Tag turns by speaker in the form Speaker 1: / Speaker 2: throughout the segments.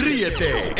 Speaker 1: Ríete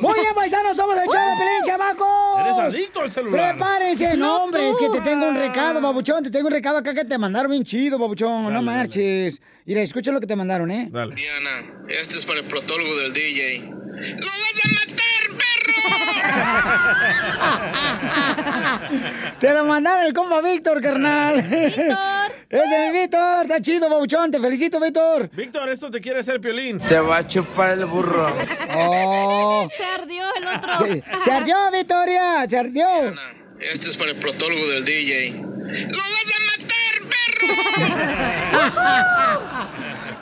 Speaker 2: Muy bien, paisanos, somos el show de Pelín, chamaco.
Speaker 3: ¡Uh! Eres adicto al celular.
Speaker 2: Prepárense, no,
Speaker 3: No,
Speaker 2: hombre,
Speaker 3: tú.
Speaker 2: es que te tengo un recado, babuchón. Te tengo un recado acá que te mandaron bien chido, babuchón. no marches. Mira, escucha lo que te mandaron, ¿eh?
Speaker 3: Dale.
Speaker 4: Diana, este es para el protólogo del DJ.
Speaker 2: Te lo mandaron el compa Víctor, carnal. ¡Víctor! Ese es mi Víctor, está chido, babuchón. Te felicito, Víctor.
Speaker 3: Víctor, esto te quiere hacer piolín.
Speaker 4: Te va a chupar el burro.
Speaker 2: Oh.
Speaker 5: Se ardió el otro.
Speaker 2: Se, se ardió, Victoria, se ardió.
Speaker 4: Este es para el protólogo del DJ.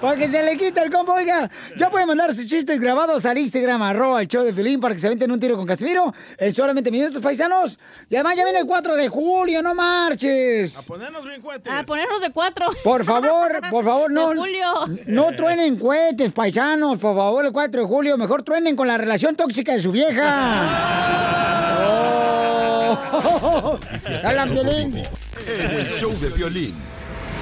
Speaker 2: Porque se le quita el combo, oiga. Ya pueden mandar sus chistes grabados al Instagram, arroba el show de Filín, para que se aventen un tiro con Casimiro en solamente minutos, paisanos. Y además ya viene el 4 de julio, no marches.
Speaker 3: Ponernos bien cuates.
Speaker 5: A ponernos de cuatro.
Speaker 2: Por favor, por favor, no.
Speaker 5: De julio.
Speaker 2: No truenen cohetes, paisanos, por favor, el 4 de julio. Mejor truenen con la relación tóxica de su vieja. Oh. Dale, Piolín.
Speaker 1: En el show de violín.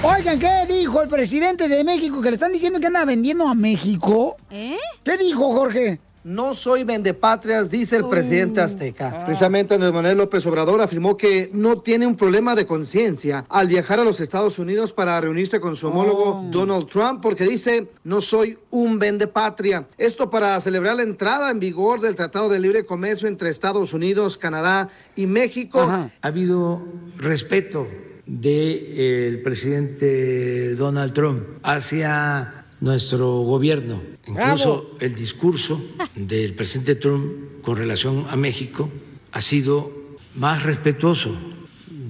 Speaker 2: Oigan, ¿qué dijo el presidente de México? Que le están diciendo que anda vendiendo a México.
Speaker 5: ¿Eh?
Speaker 2: ¿Qué dijo, Jorge?
Speaker 6: No soy vendepatrias, dice el presidente azteca. Precisamente Andrés Manuel López Obrador afirmó que no tiene un problema de conciencia al viajar a los Estados Unidos para reunirse con su homólogo Donald Trump porque dice, no soy un vendepatria. Esto para celebrar la entrada en vigor del Tratado de Libre Comercio entre Estados Unidos, Canadá y México.
Speaker 2: Ajá.
Speaker 7: ha habido respeto del eh, presidente Donald Trump hacia nuestro gobierno. Incluso el discurso del presidente Trump con relación a México ha sido más respetuoso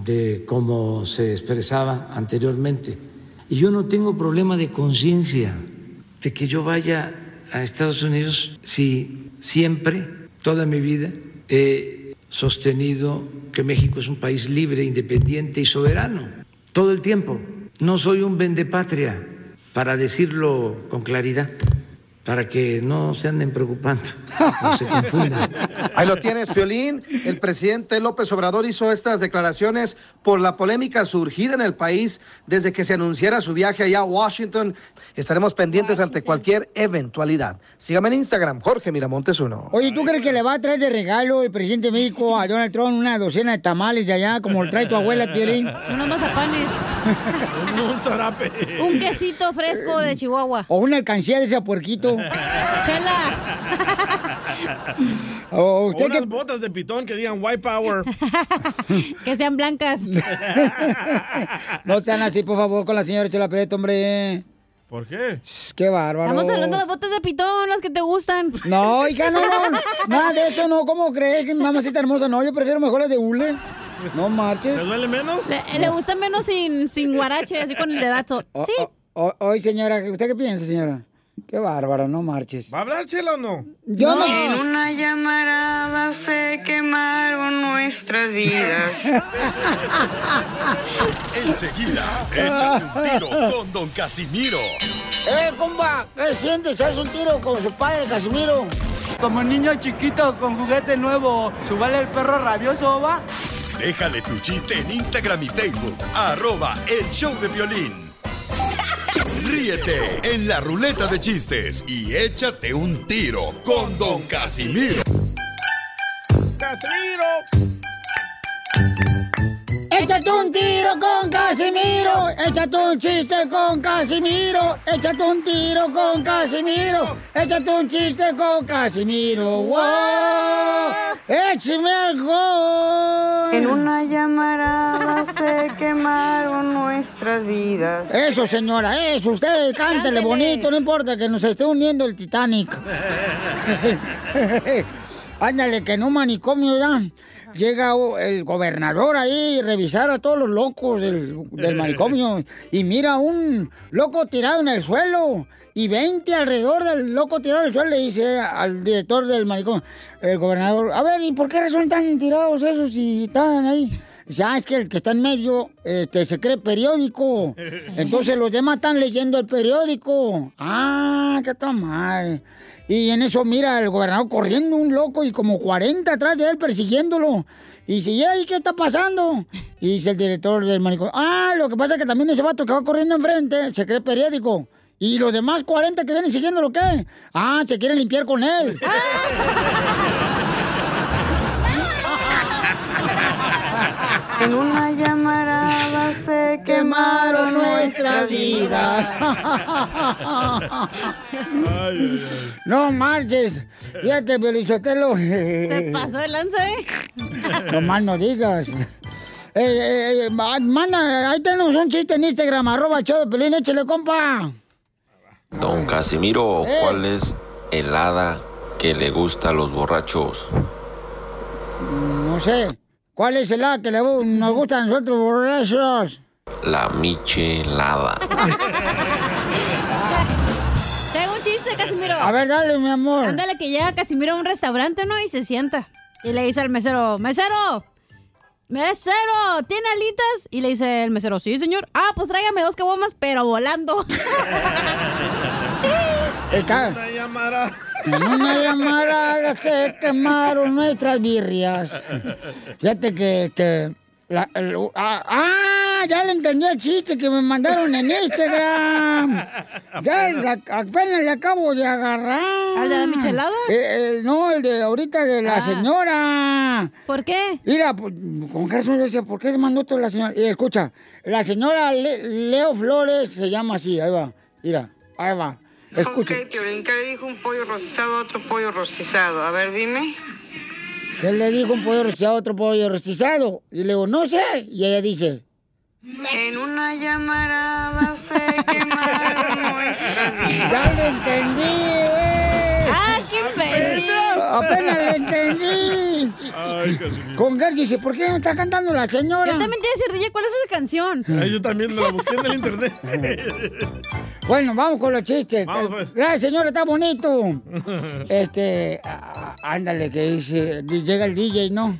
Speaker 7: de como se expresaba anteriormente. Y yo no tengo problema de conciencia de que yo vaya a Estados Unidos si siempre, toda mi vida, he sostenido que México es un país libre, independiente y soberano. Todo el tiempo. No soy un vendepatria, para decirlo con claridad, para que no se anden preocupando, no se confundan.
Speaker 6: Ahí lo tienes, Piolín. El presidente López Obrador hizo estas declaraciones por la polémica surgida en el país desde que se anunciara su viaje allá a Washington. Estaremos pendientes ante cualquier eventualidad. Sígame en Instagram, Jorge Miramontes 1.
Speaker 2: Oye, ¿tú crees que le va a traer de regalo el presidente de México a Donald Trump una docena de tamales de allá, como lo trae tu abuela, Piolín?
Speaker 5: Unos mazapanes.
Speaker 3: Un, un zarape.
Speaker 5: Un quesito fresco de Chihuahua.
Speaker 2: O una alcancía de ese puerquito.
Speaker 5: Chela.
Speaker 2: O
Speaker 3: O
Speaker 2: usted
Speaker 3: unas
Speaker 2: que...
Speaker 3: botas de pitón que digan white power.
Speaker 5: Que sean blancas.
Speaker 2: No sean así, por favor, con la señora Chela Prieto, hombre.
Speaker 3: ¿Por qué?
Speaker 2: Shh, Qué bárbaro.
Speaker 5: Estamos hablando de las botas de pitón, las que te gustan.
Speaker 2: No, oiga, no, no. Nada de eso, no. ¿Cómo crees, mamacita hermosa? No, yo prefiero mejor las de hule. No marches.
Speaker 3: ¿Te duele menos?
Speaker 5: Le, le gustan menos sin, sin guarache, así con el dedazo.
Speaker 2: O-
Speaker 5: Sí.
Speaker 2: o- o- Oye, señora, ¿usted qué piensa, señora? Qué bárbaro, no marches.
Speaker 3: ¿Va a hablar Chela o no?
Speaker 2: Yo no.
Speaker 8: En una llamarada se quemaron nuestras vidas.
Speaker 1: Enseguida, échate un tiro con Don Casimiro.
Speaker 2: ¡Eh, compa! ¿Qué sientes? ¿Haz un tiro con su padre, Casimiro?
Speaker 9: Como niño chiquito con juguete nuevo, ¿subale el perro rabioso va?
Speaker 1: Déjale tu chiste en Instagram y Facebook. Arroba El Show de Violín. Ríete en la ruleta de chistes y échate un tiro con Don Casimiro.
Speaker 3: ¡Casimiro!
Speaker 2: Échate un tiro con Casimiro, échate un chiste con Casimiro, échate un tiro con Casimiro, échate un chiste con Casimiro. ¡Wow! ¡Échame algo!
Speaker 8: En una llamarada se quemaron nuestras vidas.
Speaker 2: Eso, señora, eso. Usted
Speaker 8: Cántele.
Speaker 2: cántele bonito, no importa que nos esté hundiendo el Titanic. Ándale, que en un manicomio ya llega o- el gobernador ahí a revisar a todos los locos del, del manicomio y mira un loco tirado en el suelo y 20 alrededor del loco tirado en el suelo le dice al director del manicomio, el gobernador, a ver, ¿y por qué resultan tirados esos si están ahí? Ya es que el que está en medio este, se cree periódico. Entonces los demás están leyendo el periódico. Ah, qué está mal. Y en eso mira el gobernador corriendo un loco y como 40 atrás de él persiguiéndolo. Y dice, ¿y ahí qué está pasando? Y dice el director del manicomio, ah, lo que pasa es que también ese vato que va corriendo enfrente se cree periódico. ¿Y los demás 40 que vienen siguiéndolo qué? Ah, se quieren limpiar con él.
Speaker 8: En una llamarada se quemaron nuestras vidas.
Speaker 2: No marches. Fíjate, Belichotelo.
Speaker 5: Se pasó el lance, ¿eh?
Speaker 2: No mal no digas. Eh, eh, eh, ma- manda, ahí tenemos un chiste en Instagram, arroba el show de Pelín, échale, compa.
Speaker 10: Don Casimiro,
Speaker 2: Eh.
Speaker 10: ¿cuál es el hada que le gusta a los borrachos?
Speaker 2: No sé, ¿cuál es el A que le, gu- nos gusta a nosotros, borrachos?
Speaker 10: La michelada.
Speaker 5: Tengo un chiste, Casimiro.
Speaker 2: A ver, dale, mi amor.
Speaker 5: Ándale, que llega Casimiro a un restaurante, ¿no? Y se sienta. Y le dice al mesero, ¡Mesero! ¡Mesero! ¿Tiene alitas? Y le dice el mesero, sí, señor. Ah, pues tráigame dos caguamas, pero volando.
Speaker 2: Está- En una llamada se quemaron nuestras birrias. Fíjate que, este, la- el- ah, ah, ya le entendí el chiste que me mandaron en Instagram. Ya la- apenas le acabo de agarrar.
Speaker 5: ¿Al de la michelada?
Speaker 2: Eh, eh, no, el de ahorita de la
Speaker 5: Ah.
Speaker 2: señora.
Speaker 5: ¿Por qué?
Speaker 2: Mira, pues, con Carson yo decía, ¿por qué mandó toda la señora? Y escucha, la señora Le- Leo Flores se llama así, ahí va. Mira, ahí va. Escucha.
Speaker 8: Ok, Piolín, ¿qué le dijo un pollo rostizado a otro pollo rostizado? A ver, dime.
Speaker 2: que le dijo un pollo rostizado a otro pollo rostizado. Y le digo, no sé. Y ella dice,
Speaker 8: En una llamarada se quemaron nuestras vidas.
Speaker 2: ya le entendí, güey.
Speaker 8: ¡Ah, qué imbécil!
Speaker 2: Apenas le entendí.
Speaker 3: Ay, Casimiro.
Speaker 2: Con Gar dice, ¿por qué no está cantando la señora?
Speaker 5: Yo también te iba a decir, DJ, ¿cuál es esa canción?
Speaker 3: Ay, yo también la busqué en el internet.
Speaker 2: Bueno, vamos con los chistes.
Speaker 3: Vamos, pues.
Speaker 2: Gracias, señora, está bonito. Este, á- ándale, que dice, di- llega el DJ, ¿no?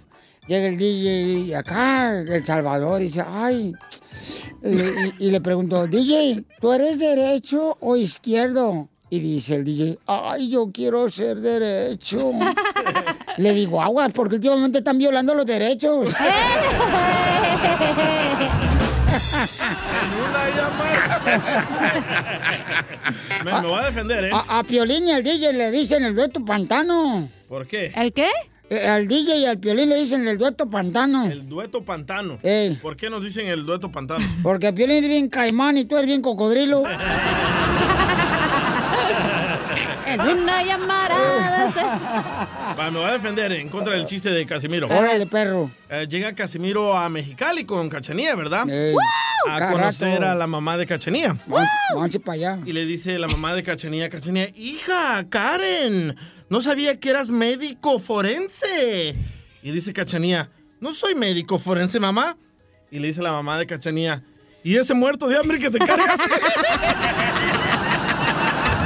Speaker 2: Llega el DJ acá, El Salvador, y dice, ay. Le- Y, y le pregunto, DJ, ¿tú eres derecho o izquierdo? Y dice el DJ, ay, yo quiero ser derecho. le digo, aguas, porque últimamente están violando los derechos.
Speaker 3: Me,
Speaker 2: Ah,
Speaker 3: me voy a defender, ¿eh?
Speaker 4: Ah,
Speaker 2: A, a Piolín y al DJ le dicen el dueto pantano.
Speaker 3: ¿Por qué?
Speaker 2: ¿El qué? al DJ y al Piolín le dicen el dueto pantano.
Speaker 3: El dueto pantano.
Speaker 2: Ey.
Speaker 3: ¿Por qué nos dicen el dueto pantano?
Speaker 2: Porque Piolín es bien caimán y tú eres bien cocodrilo.
Speaker 5: En una llamarada se...
Speaker 4: Ah.
Speaker 3: Va, me voy a defender en contra del chiste de Casimiro.
Speaker 2: Órale, perro.
Speaker 3: Eh, llega Casimiro a Mexicali con Cachanía, ¿verdad? A
Speaker 2: Cada
Speaker 3: conocer
Speaker 2: rato.
Speaker 3: a la mamá de Cachanía.
Speaker 2: Vamos para allá.
Speaker 3: Y le dice la mamá de Cachanía, Cachanía, hija, Karen, no sabía que eras médico forense. Y dice Cachanía, no soy médico forense, mamá. Y le dice la mamá de Cachanía, ¿y ese muerto de hambre que te cargas?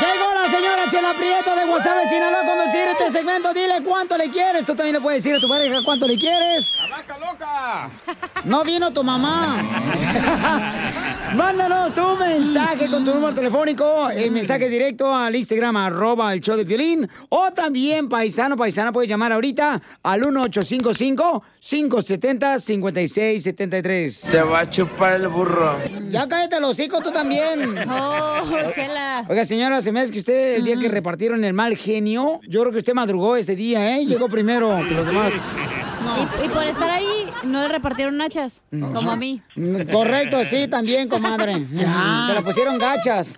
Speaker 2: Llegó la señora Chela Prieto de Guasave, Sinaloa, cuando decir este segmento. Dile cuánto le quieres. Tú también le puedes decir a tu pareja cuánto le quieres. No vino tu mamá. Mándanos tu mensaje con tu número telefónico, el mensaje directo al Instagram, arroba el show de Piolín. O también, paisano, paisana, puedes llamar ahorita al 1855-570-5673.
Speaker 7: Te va a chupar el burro.
Speaker 2: Ya cállate los hocico tú también.
Speaker 5: Oh, chela.
Speaker 2: Oiga, señora, se me hace que usted, el día que repartieron el mal genio, yo creo que usted madrugó este día, ¿eh? Llegó primero que los demás.
Speaker 5: Y, y por estar ahí, no le repartieron hachas, como a mí.
Speaker 2: Mm, Correcto, sí, también, comadre.
Speaker 5: Ya.
Speaker 2: Te la pusieron gachas.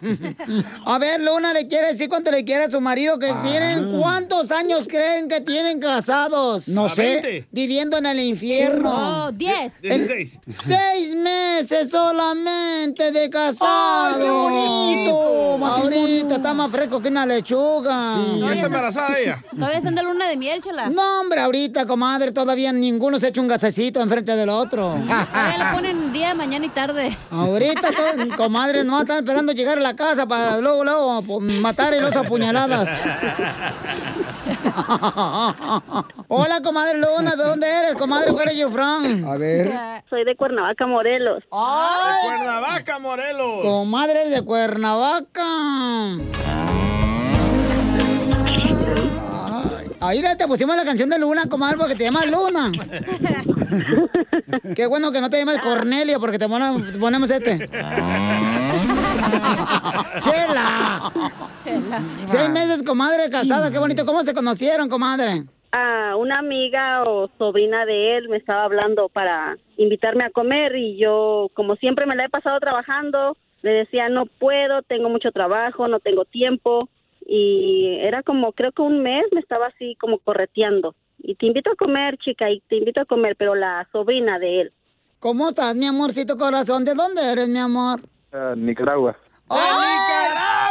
Speaker 2: A ver, Luna le quiere decir cuánto le quiere a su marido que
Speaker 3: Ah.
Speaker 2: tienen. ¿Cuántos años creen que tienen casados?
Speaker 3: No sé. Veinte.
Speaker 2: Viviendo en el infierno.
Speaker 3: No, diez. Die-
Speaker 2: En-
Speaker 3: dieciséis.
Speaker 2: Seis meses solamente de casado.
Speaker 3: ¡Ay, qué bonito!
Speaker 2: Ahorita está más fresco que una lechuga.
Speaker 3: Sí. Ya está embarazada ella.
Speaker 2: Todavía se anda luna de miel, chela. No, hombre, ahorita, comadre, todavía ninguno se echa un gasecito enfrente del otro.
Speaker 5: Todavía le ponen día, mañana y tarde.
Speaker 2: Ahorita, todo- comadre, no están esperando llegar a la casa para luego, luego po- matar el oso a puñaladas. Hola, comadre Luna, ¿de dónde eres, comadre? ¿Cuál eres, Fran? A ver.
Speaker 11: Soy de Cuernavaca, Morelos.
Speaker 2: ¡Ay!
Speaker 3: De Cuernavaca, Morelos.
Speaker 2: Ah, Comadre de Cuernavaca. Ay, Ahí te pusimos la canción de Luna, comadre, porque te llamas Luna. Qué bueno que no te llamas
Speaker 11: Ah.
Speaker 2: Cornelia, porque te pone- te ponemos este. ¡Chela!
Speaker 11: Chela.
Speaker 2: Seis meses, comadre, casada. Qué bonito. ¿Cómo se conocieron, comadre?
Speaker 11: Ah, una amiga o sobrina de él me estaba hablando para invitarme a comer y yo, como siempre me la he pasado trabajando, le decía no puedo, tengo mucho trabajo, no tengo tiempo y era como creo que un mes me estaba así como correteando y te invito a comer chica y te invito a comer pero la sobrina de él.
Speaker 2: ¿Cómo estás, mi amorcito corazón? ¿De dónde eres, mi amor?
Speaker 12: Ah, Nicaragua.
Speaker 2: ¡Ah!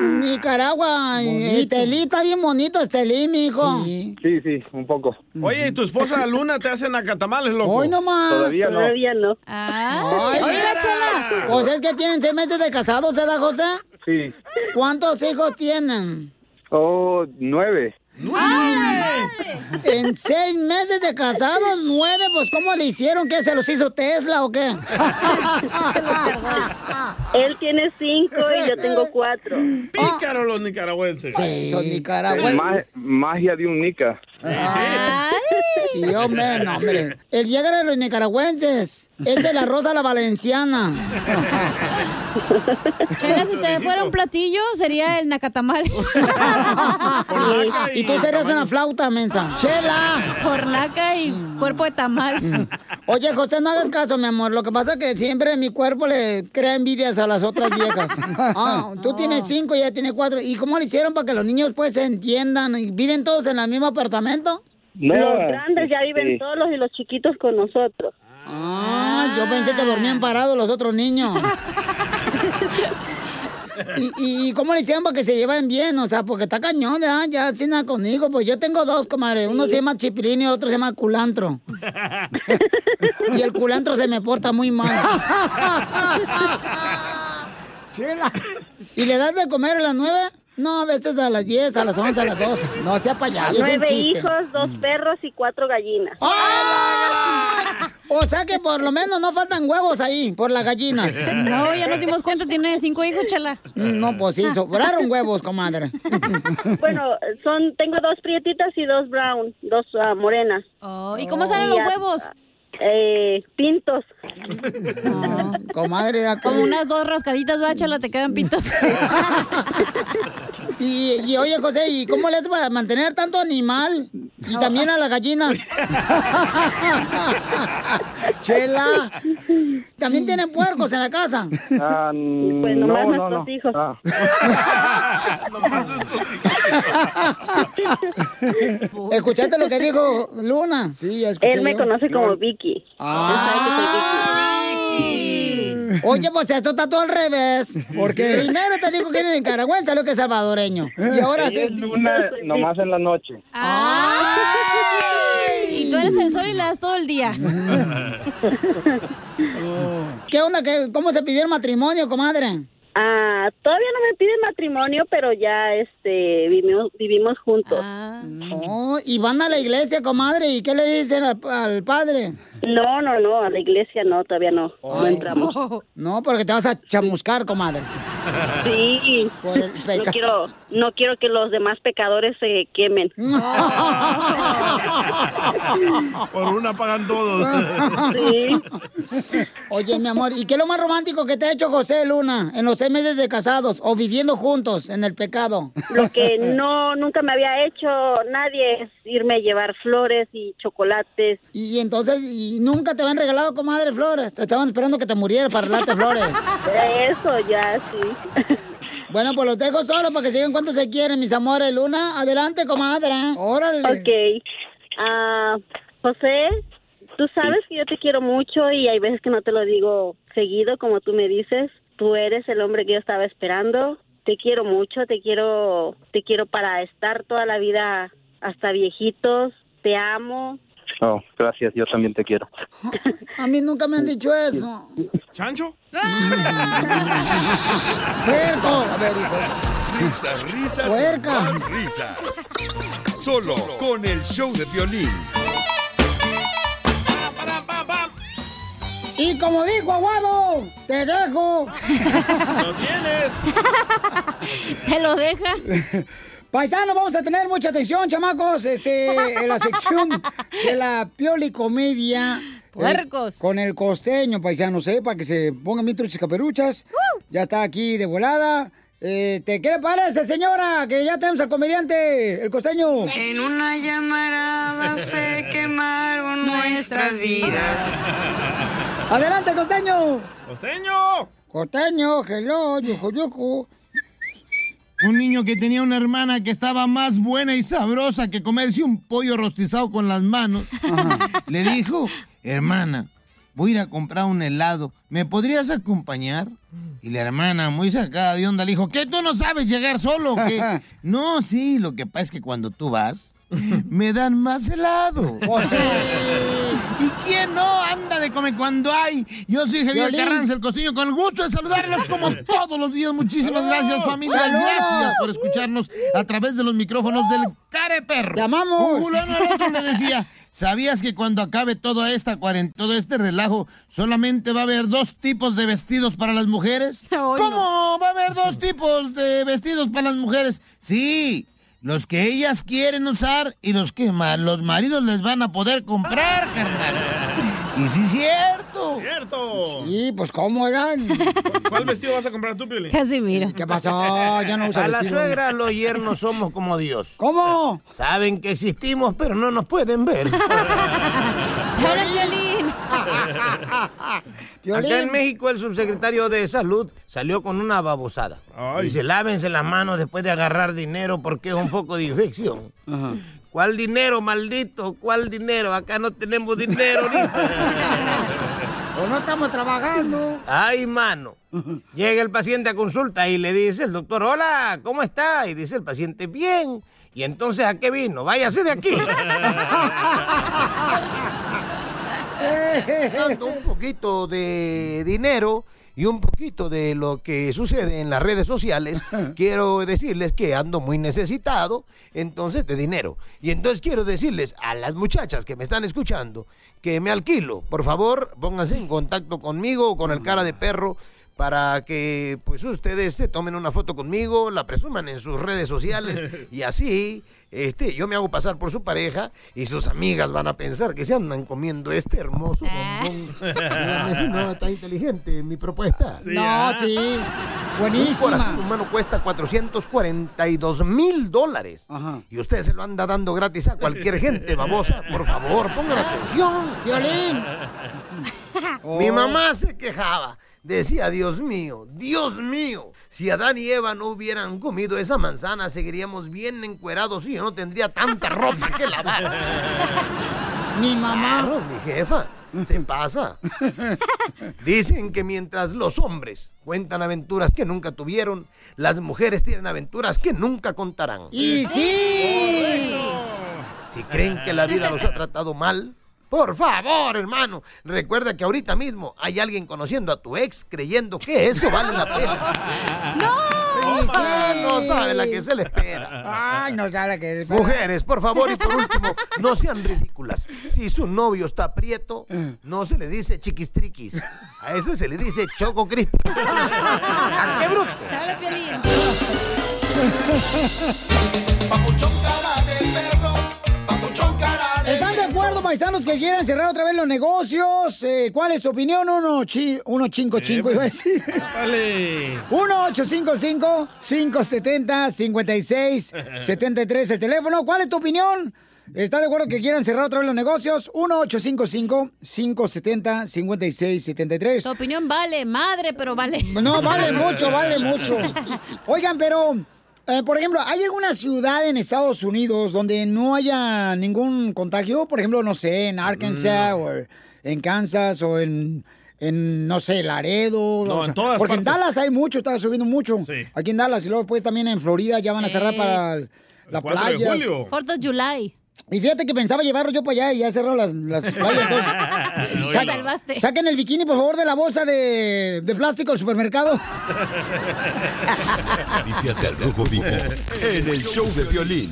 Speaker 2: Nicaragua. Y Telí está bien bonito, Estelí, mijo.
Speaker 12: Sí, sí, un poco.
Speaker 3: Oye, ¿y tu esposa Luna te hacen acatamales, loco?
Speaker 2: Hoy nomás.
Speaker 3: Todavía no. Todavía
Speaker 11: no.
Speaker 2: Ay,
Speaker 3: Ay,
Speaker 2: oiga, chela. Pues es que tienen seis meses de casados, ¿verdad, José?
Speaker 12: Sí.
Speaker 2: ¿Cuántos hijos tienen?
Speaker 12: Oh, nueve.
Speaker 2: En seis meses de casados, nueve, pues ¿cómo le hicieron? ¿Qué se los hizo Tesla o qué?
Speaker 11: Él tiene cinco y yo tengo cuatro.
Speaker 3: Pícaros los nicaragüenses.
Speaker 2: Ah. Sí, son
Speaker 12: Eh, ma- magia de un Nica.
Speaker 2: Sí, hombre, no, hombre. El Viagra de los nicaragüenses es de la rosa a la valenciana.
Speaker 5: Chela, si ustedes fuera un platillo, sería el nacatamal.
Speaker 2: y tú serías una flauta, mensa. ¡Chela!
Speaker 5: Jornaca y cuerpo de tamal.
Speaker 2: Mm. Oye, José, no hagas caso, mi amor. Lo que pasa es que siempre mi cuerpo le crea envidias a las otras viejas. Ah, tú tienes cinco y ella tiene cuatro. ¿Y cómo le hicieron para que los niños pues se entiendan? ¿Y ¿Viven todos en el mismo apartamento?
Speaker 11: los grandes ya viven
Speaker 2: sí.
Speaker 11: solos y los chiquitos con nosotros.
Speaker 2: Ah, yo pensé que dormían parados los otros niños. ¿Y, y cómo le hicieron para que se lleven bien? O sea, porque está cañón, ya, ya sin nada con hijos. Pues yo tengo dos, comadre. Uno se llama Chipilín y el otro se llama Culantro. y el culantro se me porta muy mal. Chela. ¿Y le das de comer a las nueve? No, a veces a las 10, a las 11, a las 12. No sea payaso, es un
Speaker 11: Nueve
Speaker 2: chiste. Mm.
Speaker 11: hijos, dos perros y cuatro gallinas.
Speaker 2: O sea que por lo menos no faltan huevos ahí, por las gallinas.
Speaker 5: No, ya nos dimos cuenta, tiene cinco hijos, chela.
Speaker 2: No, pues sí, sobraron huevos, comadre.
Speaker 11: Bueno, son tengo dos prietitas y dos brown, dos ah, morenas.
Speaker 5: Oh, ¿y cómo salen los
Speaker 11: ah,
Speaker 5: huevos?
Speaker 11: Eh, pintos.
Speaker 2: Comadre,
Speaker 5: Como unas dos rascaditas, va, chela, te quedan pintos.
Speaker 2: Y, y oye, José, ¿y cómo les va a mantener tanto animal? Y también a las gallinas. Chela, ¿también tienen puercos en la casa?
Speaker 12: Ah,
Speaker 2: Pues
Speaker 12: no,
Speaker 2: nomás
Speaker 12: no, no.
Speaker 2: nuestros hijos.
Speaker 12: Ah.
Speaker 2: ¿Escuchaste lo que dijo Luna? Ah. Sí, ya escuché
Speaker 11: Él me
Speaker 2: yo.
Speaker 11: conoce como Vicky.
Speaker 2: Oye, pues esto está todo al revés. Porque
Speaker 11: Sí.
Speaker 2: primero te dijo que eres nicaragüense, lo que es salvadoreño. Y ahora
Speaker 12: Ella
Speaker 2: sí.
Speaker 12: es Luna, nomás en la noche.
Speaker 5: Y tú eres el sol y le das todo el día.
Speaker 2: ¿Qué onda? ¿Qué- ¿Cómo se pidió el matrimonio, comadre?
Speaker 11: Ah, todavía no me piden matrimonio, pero ya este vivimos, vivimos juntos.
Speaker 5: Ah.
Speaker 2: Oh, y van a la iglesia, comadre, ¿y qué le dicen al, al padre? Oh.
Speaker 11: No, no, no, a la iglesia no, todavía no. No entramos.
Speaker 2: No, porque te vas a chamuscar, comadre.
Speaker 11: Sí. No
Speaker 2: peca-
Speaker 11: quiero, no quiero que los demás pecadores se quemen.
Speaker 3: Por una pagan todos.
Speaker 2: Ah, Oye, mi amor, ¿y qué es lo más romántico que te ha hecho José Luna en los seis meses de casados o viviendo juntos en el pecado?
Speaker 11: Lo que no nunca me había hecho nadie es irme a llevar flores y chocolates.
Speaker 2: Y entonces, ¿y nunca te habían regalado, comadre, flores? Te estaban esperando que te murieras para regalarte flores.
Speaker 11: Eso ya, sí.
Speaker 2: Bueno, pues los dejo solos para que sigan cuánto se quieren, mis amores. Luna, adelante, comadre. Órale.
Speaker 11: Ok. Ah, José, tú sabes que yo te quiero mucho y hay veces que no te lo digo seguido, como tú me dices. Tú eres el hombre que yo estaba esperando. Te quiero mucho, te quiero, te quiero para estar toda la vida hasta viejitos. Te amo.
Speaker 12: Oh, gracias, yo también te quiero.
Speaker 2: A mí nunca me han dicho eso.
Speaker 3: ¿Chancho?
Speaker 2: ¡Puerco! A ver, hijo.
Speaker 1: Risas, risas, y
Speaker 2: Puerca.
Speaker 1: más risas. Solo con el show de violín.
Speaker 2: Y como dijo Aguado, te dejo.
Speaker 3: ¡Lo tienes!
Speaker 2: Te lo deja. Paisano, vamos a tener mucha atención, chamacos. Este, en la sección de la piolicomedia. eh,
Speaker 5: Puercos.
Speaker 2: Con el costeño, paisanos, ¿eh? Para que se pongan bien truchas caperuchas. Ya está aquí de volada. Este, ¿qué le parece, señora? Que ya tenemos al comediante, el costeño.
Speaker 13: En una llamarada se quemaron nuestras vidas.
Speaker 2: Adelante, costeño.
Speaker 3: ¡Costeño!
Speaker 2: Costeño, hello, yujo, yujo.
Speaker 14: Un niño que tenía una hermana que estaba más buena y sabrosa que comerse un pollo rostizado con las manos, le dijo, hermana, voy a ir a comprar un helado, ¿me podrías acompañar? Y la hermana, muy sacada de onda, le dijo, ¿qué tú no sabes llegar solo? o qué?". no, sí, lo que pasa es que cuando tú vas, me dan más helado. ¿Y quién no anda de comer cuando hay? Yo soy Javier
Speaker 15: Violín.
Speaker 14: Carranza, el costeño, con el gusto de saludarlos como todos los días. Muchísimas
Speaker 15: ¡Saludos!
Speaker 14: gracias, familia.
Speaker 15: ¡Saludos!
Speaker 14: Gracias por escucharnos a través de los micrófonos del Care Perro.
Speaker 2: ¡Llamamos!
Speaker 14: Un fulano al otro le decía, ¿sabías que cuando acabe toda esta cuarentena, todo este relajo, solamente va a haber dos tipos de vestidos para las mujeres? ¿Cómo va a haber dos tipos de vestidos para las mujeres? Sí, los que ellas quieren usar y los que ma- los maridos les van a poder comprar, carnal. Y sí, cierto.
Speaker 3: ¡Cierto!
Speaker 2: Sí, pues cómo eran.
Speaker 3: ¿Cuál vestido vas a comprar tú, Piolín?
Speaker 2: mira. ¿Qué pasó? Ya no usa
Speaker 14: A la
Speaker 2: vestido.
Speaker 14: suegra los yernos somos como Dios.
Speaker 2: ¿Cómo?
Speaker 14: Saben que existimos, pero no nos pueden ver.
Speaker 2: Piolín.
Speaker 16: Acá en México el subsecretario de Salud salió con una babosada. Dice, lávense las manos después de agarrar dinero porque es un foco de infección. ¿Cuál dinero, maldito? ¿Cuál dinero? Acá no tenemos dinero ahorita.
Speaker 2: O no estamos trabajando.
Speaker 16: Ay, mano. Llega el paciente a consulta y le dice el doctor, hola, ¿cómo está? Y dice el paciente, bien. Y entonces, ¿a qué vino? Váyase de aquí. Dando un poquito de dinero y un poquito de lo que sucede en las redes sociales, quiero decirles que ando muy necesitado, entonces, de dinero. Y entonces quiero decirles a las muchachas que me están escuchando que me alquilo. Por favor, pónganse en contacto conmigo o con el cara de perro
Speaker 14: para que pues ustedes se tomen una foto conmigo, la presuman en sus redes sociales y así este yo me hago pasar por su pareja y sus amigas van a pensar que se andan comiendo este hermoso
Speaker 2: Ah.
Speaker 14: bombón. Díganme si no está inteligente mi propuesta.
Speaker 2: No, ¿ah? sí. Buenísima.
Speaker 14: Un corazón humano cuesta 442 mil dólares. Y usted se lo anda dando gratis a cualquier gente babosa. Por favor, pongan atención.
Speaker 2: Violín.
Speaker 14: Mi mamá se quejaba. Decía, Dios mío, Dios mío, si Adán y Eva no hubieran comido esa manzana, seguiríamos bien encuerados y yo no tendría tanta ropa que lavar.
Speaker 2: Mi mamá.
Speaker 14: mi jefa. Se pasa. Dicen que mientras los hombres cuentan aventuras que nunca tuvieron, las mujeres tienen aventuras que nunca contarán.
Speaker 2: Y sí.
Speaker 14: Si creen que la vida los ha tratado mal, por favor, hermano, recuerda que ahorita mismo hay alguien conociendo a tu ex creyendo que eso vale la pena.
Speaker 2: ¡No!
Speaker 14: no sabe la que se le espera.
Speaker 2: Ay, no sabe la que le espera.
Speaker 14: Mujeres, por favor, y por último, no sean ridículas. Si su novio está prieto, no se le dice chiquistriquis. A ese se le dice choco crispy. ¡Ah, ¡Qué bruto!
Speaker 16: Dale, Piolín.
Speaker 2: ¿Están de acuerdo, paisanos, que quieran cerrar otra vez los negocios? Eh, ¿Cuál es tu opinión? 155 iba a decir.
Speaker 3: Dale.
Speaker 2: 1-855-570-5673 el teléfono. ¿Cuál es tu opinión? ¿Está de acuerdo que quieran cerrar otra vez los negocios? 1-855-570-5673.
Speaker 16: Tu opinión vale, madre, pero vale.
Speaker 2: No, vale mucho, vale mucho. Oigan, pero, eh, por ejemplo, ¿hay alguna ciudad en Estados Unidos donde no haya ningún contagio? Por ejemplo, no sé, en Arkansas o en Kansas o en, en, no sé, Laredo.
Speaker 3: No,
Speaker 2: o
Speaker 3: en
Speaker 2: sea,
Speaker 3: todas
Speaker 2: Porque en
Speaker 3: partes.
Speaker 2: Dallas hay mucho, está subiendo mucho. Aquí en Dallas y luego después también en Florida ya van a
Speaker 16: Sí.
Speaker 2: cerrar para el- la
Speaker 3: 4 de
Speaker 2: playa.
Speaker 3: julio.
Speaker 16: Fourth of July.
Speaker 2: Y fíjate que pensaba llevarlo yo para allá y ya cerraron las, las playas. entonces-
Speaker 16: Te
Speaker 2: Sa-
Speaker 16: salvaste.
Speaker 2: Saquen el bikini, por favor, de la bolsa de, de plástico del supermercado.
Speaker 1: Noticias del Rojo Vivo en el show de violín.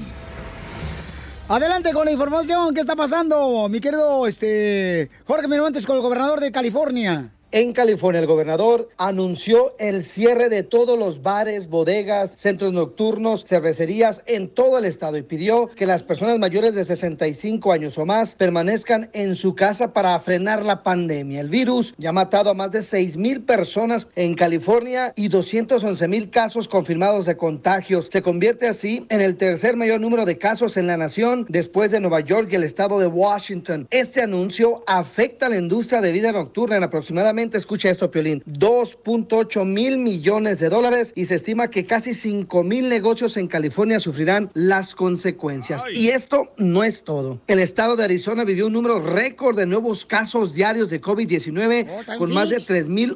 Speaker 2: Adelante con la información. ¿Qué está pasando, mi querido este, Jorge Miramontes, con el gobernador de California?
Speaker 6: En California, el gobernador anunció el cierre de todos los bares, bodegas, centros nocturnos, cervecerías en todo el estado y pidió que las personas mayores de 65 años o más permanezcan en su casa para frenar la pandemia. El virus ya ha matado a más de 6 mil personas en California y 211 mil casos confirmados de contagios. Se convierte así en el tercer mayor número de casos en la nación después de Nueva York y el estado de Washington. Este anuncio afecta a la industria de vida nocturna en aproximadamente, escucha esto, Piolín, 2.8 mil millones de dólares y se estima que casi 5 mil negocios en California sufrirán las consecuencias. Y esto no es todo. El estado de Arizona vivió un número récord de nuevos casos diarios de COVID-19 con más de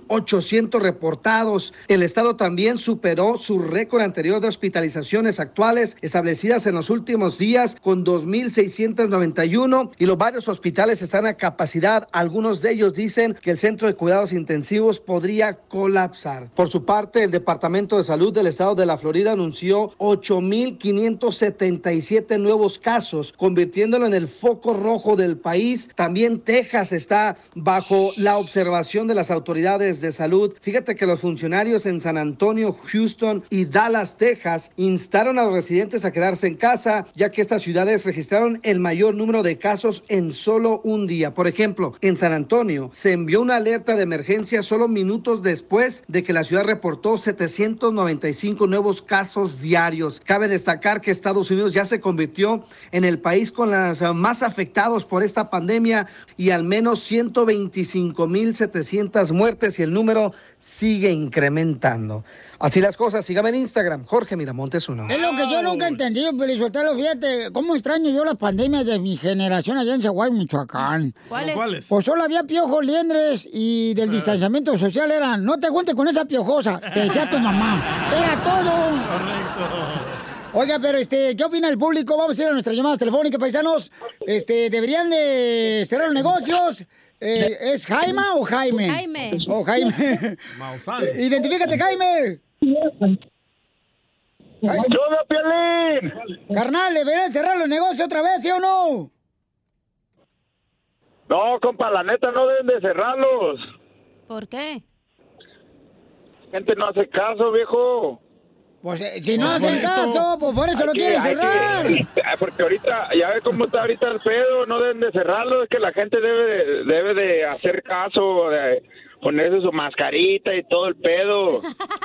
Speaker 6: 3.800 reportados. El estado también superó su récord anterior de hospitalizaciones actuales establecidas en los últimos días con 2.691 y los varios hospitales están a capacidad. Algunos de ellos dicen que el centro de cuidados intensivos podría colapsar. Por su parte, el Departamento de Salud del estado de la Florida anunció 8.577 nuevos casos, convirtiéndolo en el foco rojo del país. También Texas está bajo la observación de las autoridades de salud. Fíjate que los funcionarios en San Antonio, Houston y Dallas, Texas, instaron a los residentes a quedarse en casa, ya que estas ciudades registraron el mayor número de casos en solo un día. Por ejemplo, en San Antonio se envió una alerta de emergencia solo minutos después de que la ciudad reportó 795 nuevos casos diarios. Cabe destacar que Estados Unidos ya se convirtió en el país con las ah, más afectados por esta pandemia y al menos 125.700 muertes y el número sigue incrementando. Así las cosas, sígame en Instagram, Jorge Miramontes uno.
Speaker 2: Es lo que yo nunca he entendido, Pelizotelo. Fíjate, cómo extraño yo las pandemias de mi generación allá en Chihuahua, Michoacán.
Speaker 16: ¿Cuáles? ¿Cuáles?
Speaker 2: Pues solo había piojos, liendres y del distanciamiento social era, no te cuentes con esa piojosa, te decía tu mamá. Era todo. Oiga, pero este, ¿qué opina el público? Vamos a ir a nuestras llamadas telefónicas, paisanos. Este, deberían de cerrar los negocios. Eh, ¿Es Jaime o Jaime?
Speaker 16: Jaime.
Speaker 2: Oh, Jaime.
Speaker 3: Maussan.
Speaker 2: Identifícate, Jaime. ¡Todo, Piolín! Carnal, ¿deberían cerrar los negocios otra vez, sí o no?
Speaker 17: No, compa, la neta no deben de cerrarlos.
Speaker 16: ¿Por qué?
Speaker 17: gente no hace caso, viejo.
Speaker 2: Pues eh, si no hacen caso, pues por eso lo quieren cerrar.
Speaker 17: porque ahorita, ya ves cómo está ahorita el pedo, no deben de cerrarlo, es que la gente debe de, debe de hacer caso, de ponerse su mascarita y todo el pedo.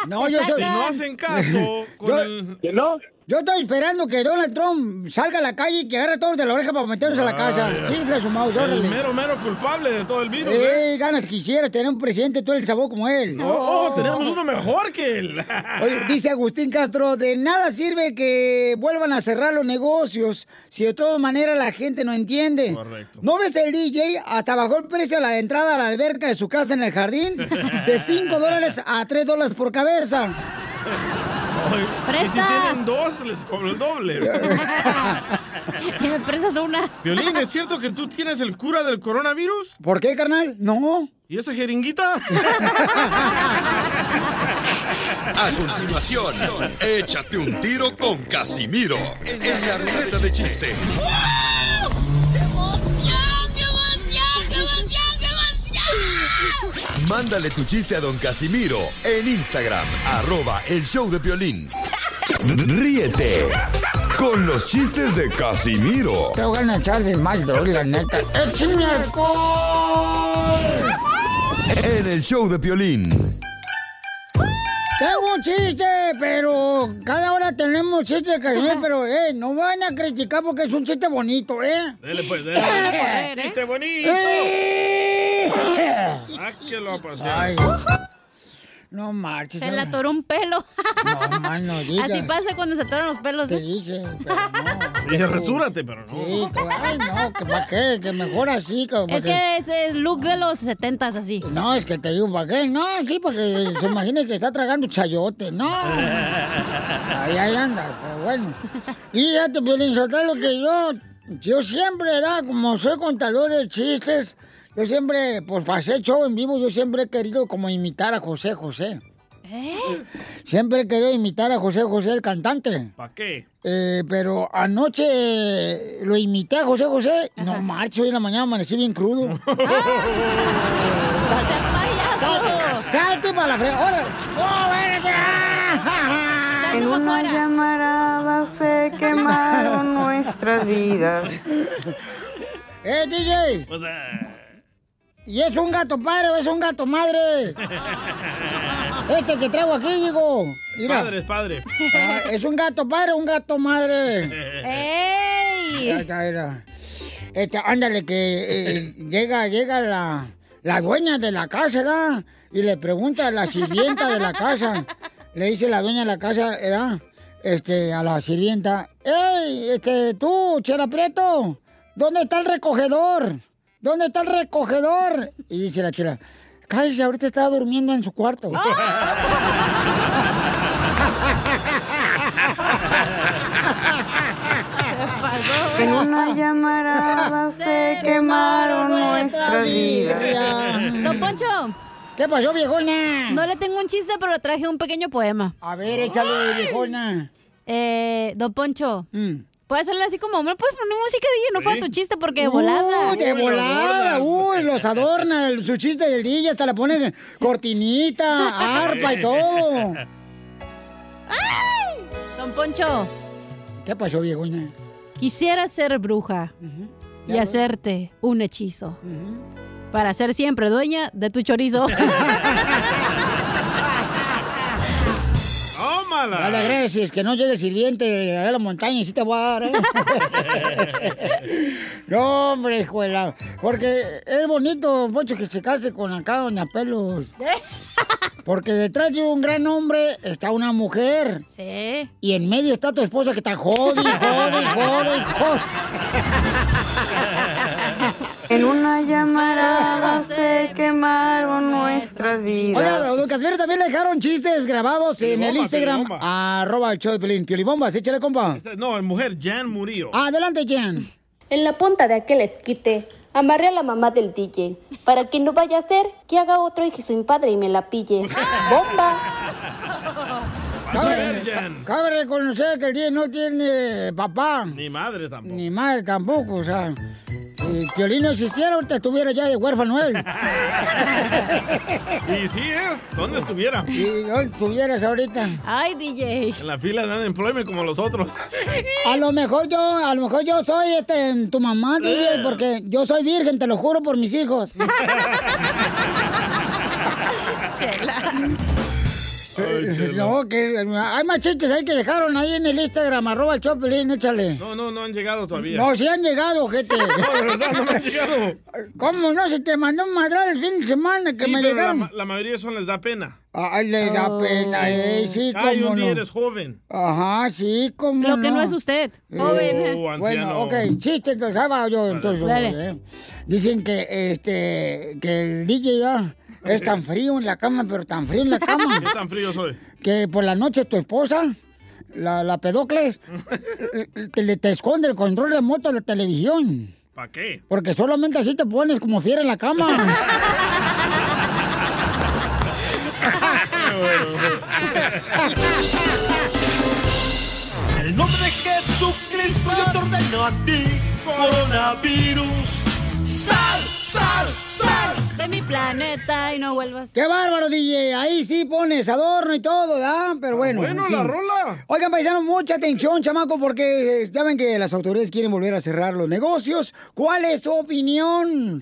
Speaker 2: No, yo soy-
Speaker 3: Si no hacen caso, con
Speaker 2: Yo-
Speaker 3: el-
Speaker 2: Yo estoy esperando que Donald Trump salga a la calle y que agarre todos de la oreja para meterlos a la casa.
Speaker 3: Ay, ay.
Speaker 2: Chifle su mouse,
Speaker 3: el
Speaker 2: órale.
Speaker 3: mero, mero culpable de todo el virus, ¿eh?
Speaker 2: Ey, ganas quisiera tener un presidente todo el sabor como él.
Speaker 3: Oh, tenemos uno mejor que él.
Speaker 2: Oye, dice Agustín Castro, de nada sirve que vuelvan a cerrar los negocios si de todas maneras la gente no entiende.
Speaker 3: Correcto.
Speaker 2: ¿No ves el DJ? Hasta bajó el precio de la entrada a la alberca de su casa en el jardín de 5 dólares a 3 dólares por cabeza.
Speaker 3: Ay, Y si
Speaker 2: Presta.
Speaker 3: tienen dos, les cobro el doble.
Speaker 5: Y me prestas una.
Speaker 3: Violín, ¿es cierto que tú tienes el cura del coronavirus?
Speaker 2: ¿Por qué, carnal? No.
Speaker 3: ¿Y esa jeringuita? Ah,
Speaker 1: A continuación, échate un tiro con Casimiro en la ruleta de chistes. Mándale tu chiste a don Casimiro en Instagram, arroba el show de Piolín. Ríete con los chistes de Casimiro
Speaker 2: Tengo ganas de echarle más doble, la neta. ¡Eh, ¡Échame alcohol!
Speaker 1: en el show de Piolín.
Speaker 2: Tengo un chiste, pero cada hora tenemos chistes de Casimiro, pero eh, no van a criticar porque es un chiste bonito, ¿eh?
Speaker 3: Dele pues,
Speaker 2: dele. Dale a correr,
Speaker 3: ¡Chiste bonito! ¡Ah, que lo
Speaker 2: Ay. No marches.
Speaker 5: Se le atoró un pelo.
Speaker 2: No, man, no digas.
Speaker 5: Así pasa cuando se atoran los pelos. ¿eh?
Speaker 2: Te dije,
Speaker 3: Dije, resúrate, pero no.
Speaker 2: Sí, que- ay, no, que pa' qué, que mejor así, que pa'
Speaker 5: Es que es el look de los setentas así.
Speaker 2: No, es que te digo, ¿para qué? No, sí, para que se imagine que está tragando chayote, no. Ahí, ahí andas, pero bueno. Y ya te Piolín Sotelo, que yo, yo siempre, ¿verdad? Como soy contador de chistes, yo siempre, por hacer show en vivo, yo siempre he querido como imitar a José José. Siempre he querido imitar a José José, el cantante.
Speaker 3: ¿Para qué?
Speaker 2: Eh, pero anoche eh, lo imité a José José. No marcho, hoy en la mañana amanecí bien crudo. ¡Salte, salte para la frente!
Speaker 8: En una llamarada se quemaron nuestras vidas.
Speaker 2: ¡Eh, DJ! ¿Y es un gato padre o es un gato madre? Este que traigo aquí, digo. Mira.
Speaker 3: Padre, es padre.
Speaker 2: Ah, ¿Es un gato padre o un gato madre?
Speaker 5: ¡Ey!
Speaker 2: Ya está, era. Este, ándale, que eh, llega, llega la, la dueña de la casa, ¿verdad? Y le pregunta a la sirvienta de la casa. Le dice la dueña de la casa, ¿verdad? Este, a la sirvienta. ¡Ey! Este, tú, Chela Prieto, ¿dónde está el recogedor? ¿Dónde está el recogedor? Y dice la chela, cállese, ahorita está durmiendo en su cuarto.
Speaker 8: En una llamarada se quemaron nuestras vidas.
Speaker 5: Don Poncho.
Speaker 2: ¿Qué pasó, viejona?
Speaker 5: No le tengo un chiste, pero le traje un pequeño poema.
Speaker 2: A ver, échale, viejona. Mm.
Speaker 5: Eh, Don Poncho. Puedes hacerle así como hombre, puedes poner música DJ, no fue tu chiste porque de volada.
Speaker 2: Uy, Uh, de volada, uh. uy, los adorna, el- su chiste del día, hasta la pone cortinita, arpa y todo.
Speaker 5: ¡Ay! Don Poncho.
Speaker 2: ¿Qué pasó, viejona?
Speaker 5: Quisiera ser bruja y hacerte un hechizo. Para ser siempre dueña de tu chorizo.
Speaker 3: ¡Tómala!
Speaker 2: Dale, gracias, que no llegue el sirviente de la montaña y sí te voy a dar. ¿eh? no, hombre, escuela. Porque es bonito, Poncho, que se case con acá, doña Pelos. Porque detrás de un gran hombre está una mujer.
Speaker 5: Sí.
Speaker 2: Y en medio está tu esposa que está jode, y jode, y jode, y jode.
Speaker 8: En una llamarada se quemaron nuestras
Speaker 2: Oiga,
Speaker 8: vidas.
Speaker 2: a don Casimiro también le dejaron chistes grabados en el
Speaker 3: Piolibomba,
Speaker 2: Instagram, arroba el show de Piolín. Piolibombas, échale, compa.
Speaker 3: No, es mujer, Jan Murillo.
Speaker 2: Adelante, Jan.
Speaker 18: En la punta de aquel esquite amarré a la mamá del DJ para que no vaya a ser que haga otro hijo sin padre y me la pille. ¡Bomba!
Speaker 2: Cabe, cabe reconocer que el día no tiene papá.
Speaker 3: Ni madre tampoco.
Speaker 2: Ni madre tampoco, o sea. Si el Piolín no existiera, ahorita estuviera ya de huérfano él.
Speaker 3: Y sí, ¿eh? ¿Dónde estuviera?
Speaker 2: Si no estuvieras ahorita.
Speaker 5: Ay, DJ.
Speaker 3: En la fila de unemployment como los otros.
Speaker 2: A lo mejor yo, a lo mejor yo soy este tu mamá,
Speaker 3: Eh.
Speaker 2: DJ, porque yo soy virgen, te lo juro por mis hijos. No, que hay más chistes ahí que dejaron ahí en el Instagram, arroba el Choplin, échale.
Speaker 3: No, no, no han llegado todavía.
Speaker 2: No, si han llegado, gente.
Speaker 3: No, de verdad, no me han llegado.
Speaker 2: ¿Cómo no? Se te mandó un madral el fin de semana que
Speaker 3: Sí,
Speaker 2: me
Speaker 3: pero la,
Speaker 2: llegaron.
Speaker 3: ma- la mayoría son les da pena.
Speaker 2: Ay, le da
Speaker 3: Oh.
Speaker 2: pena, eh, sí, cómo
Speaker 3: Ay, un día
Speaker 2: no.
Speaker 3: eres joven.
Speaker 2: Ajá, sí, como
Speaker 3: Lo que no es usted, joven. Oh,
Speaker 2: bueno,
Speaker 3: anciano.
Speaker 2: ok, chiste, entonces ahí va yo. Entonces,
Speaker 3: Dale.
Speaker 2: eh. Dicen que, este, que el DJ ya es tan frío en la cama, pero tan frío en la cama.
Speaker 3: ¿Qué tan frío soy?
Speaker 2: que por la noche tu esposa, la, la pedocles, te, le- te esconde el control remoto de la televisión.
Speaker 3: ¿Para qué?
Speaker 2: Porque solamente así te pones como fiera en la cama.
Speaker 19: el nombre de Jesucristo yo te ordeno a ti, coronavirus.
Speaker 5: Sal, sal, sal de mi planeta y no vuelvas.
Speaker 2: ¡Qué bárbaro, DJ! Ahí sí pones adorno y todo, ¿da? Pero bueno.
Speaker 5: Ah, bueno, la rola.
Speaker 2: Oigan, paisanos, mucha atención, chamaco, porque eh, ya ven que las autoridades quieren volver a cerrar los negocios. ¿Cuál es tu opinión?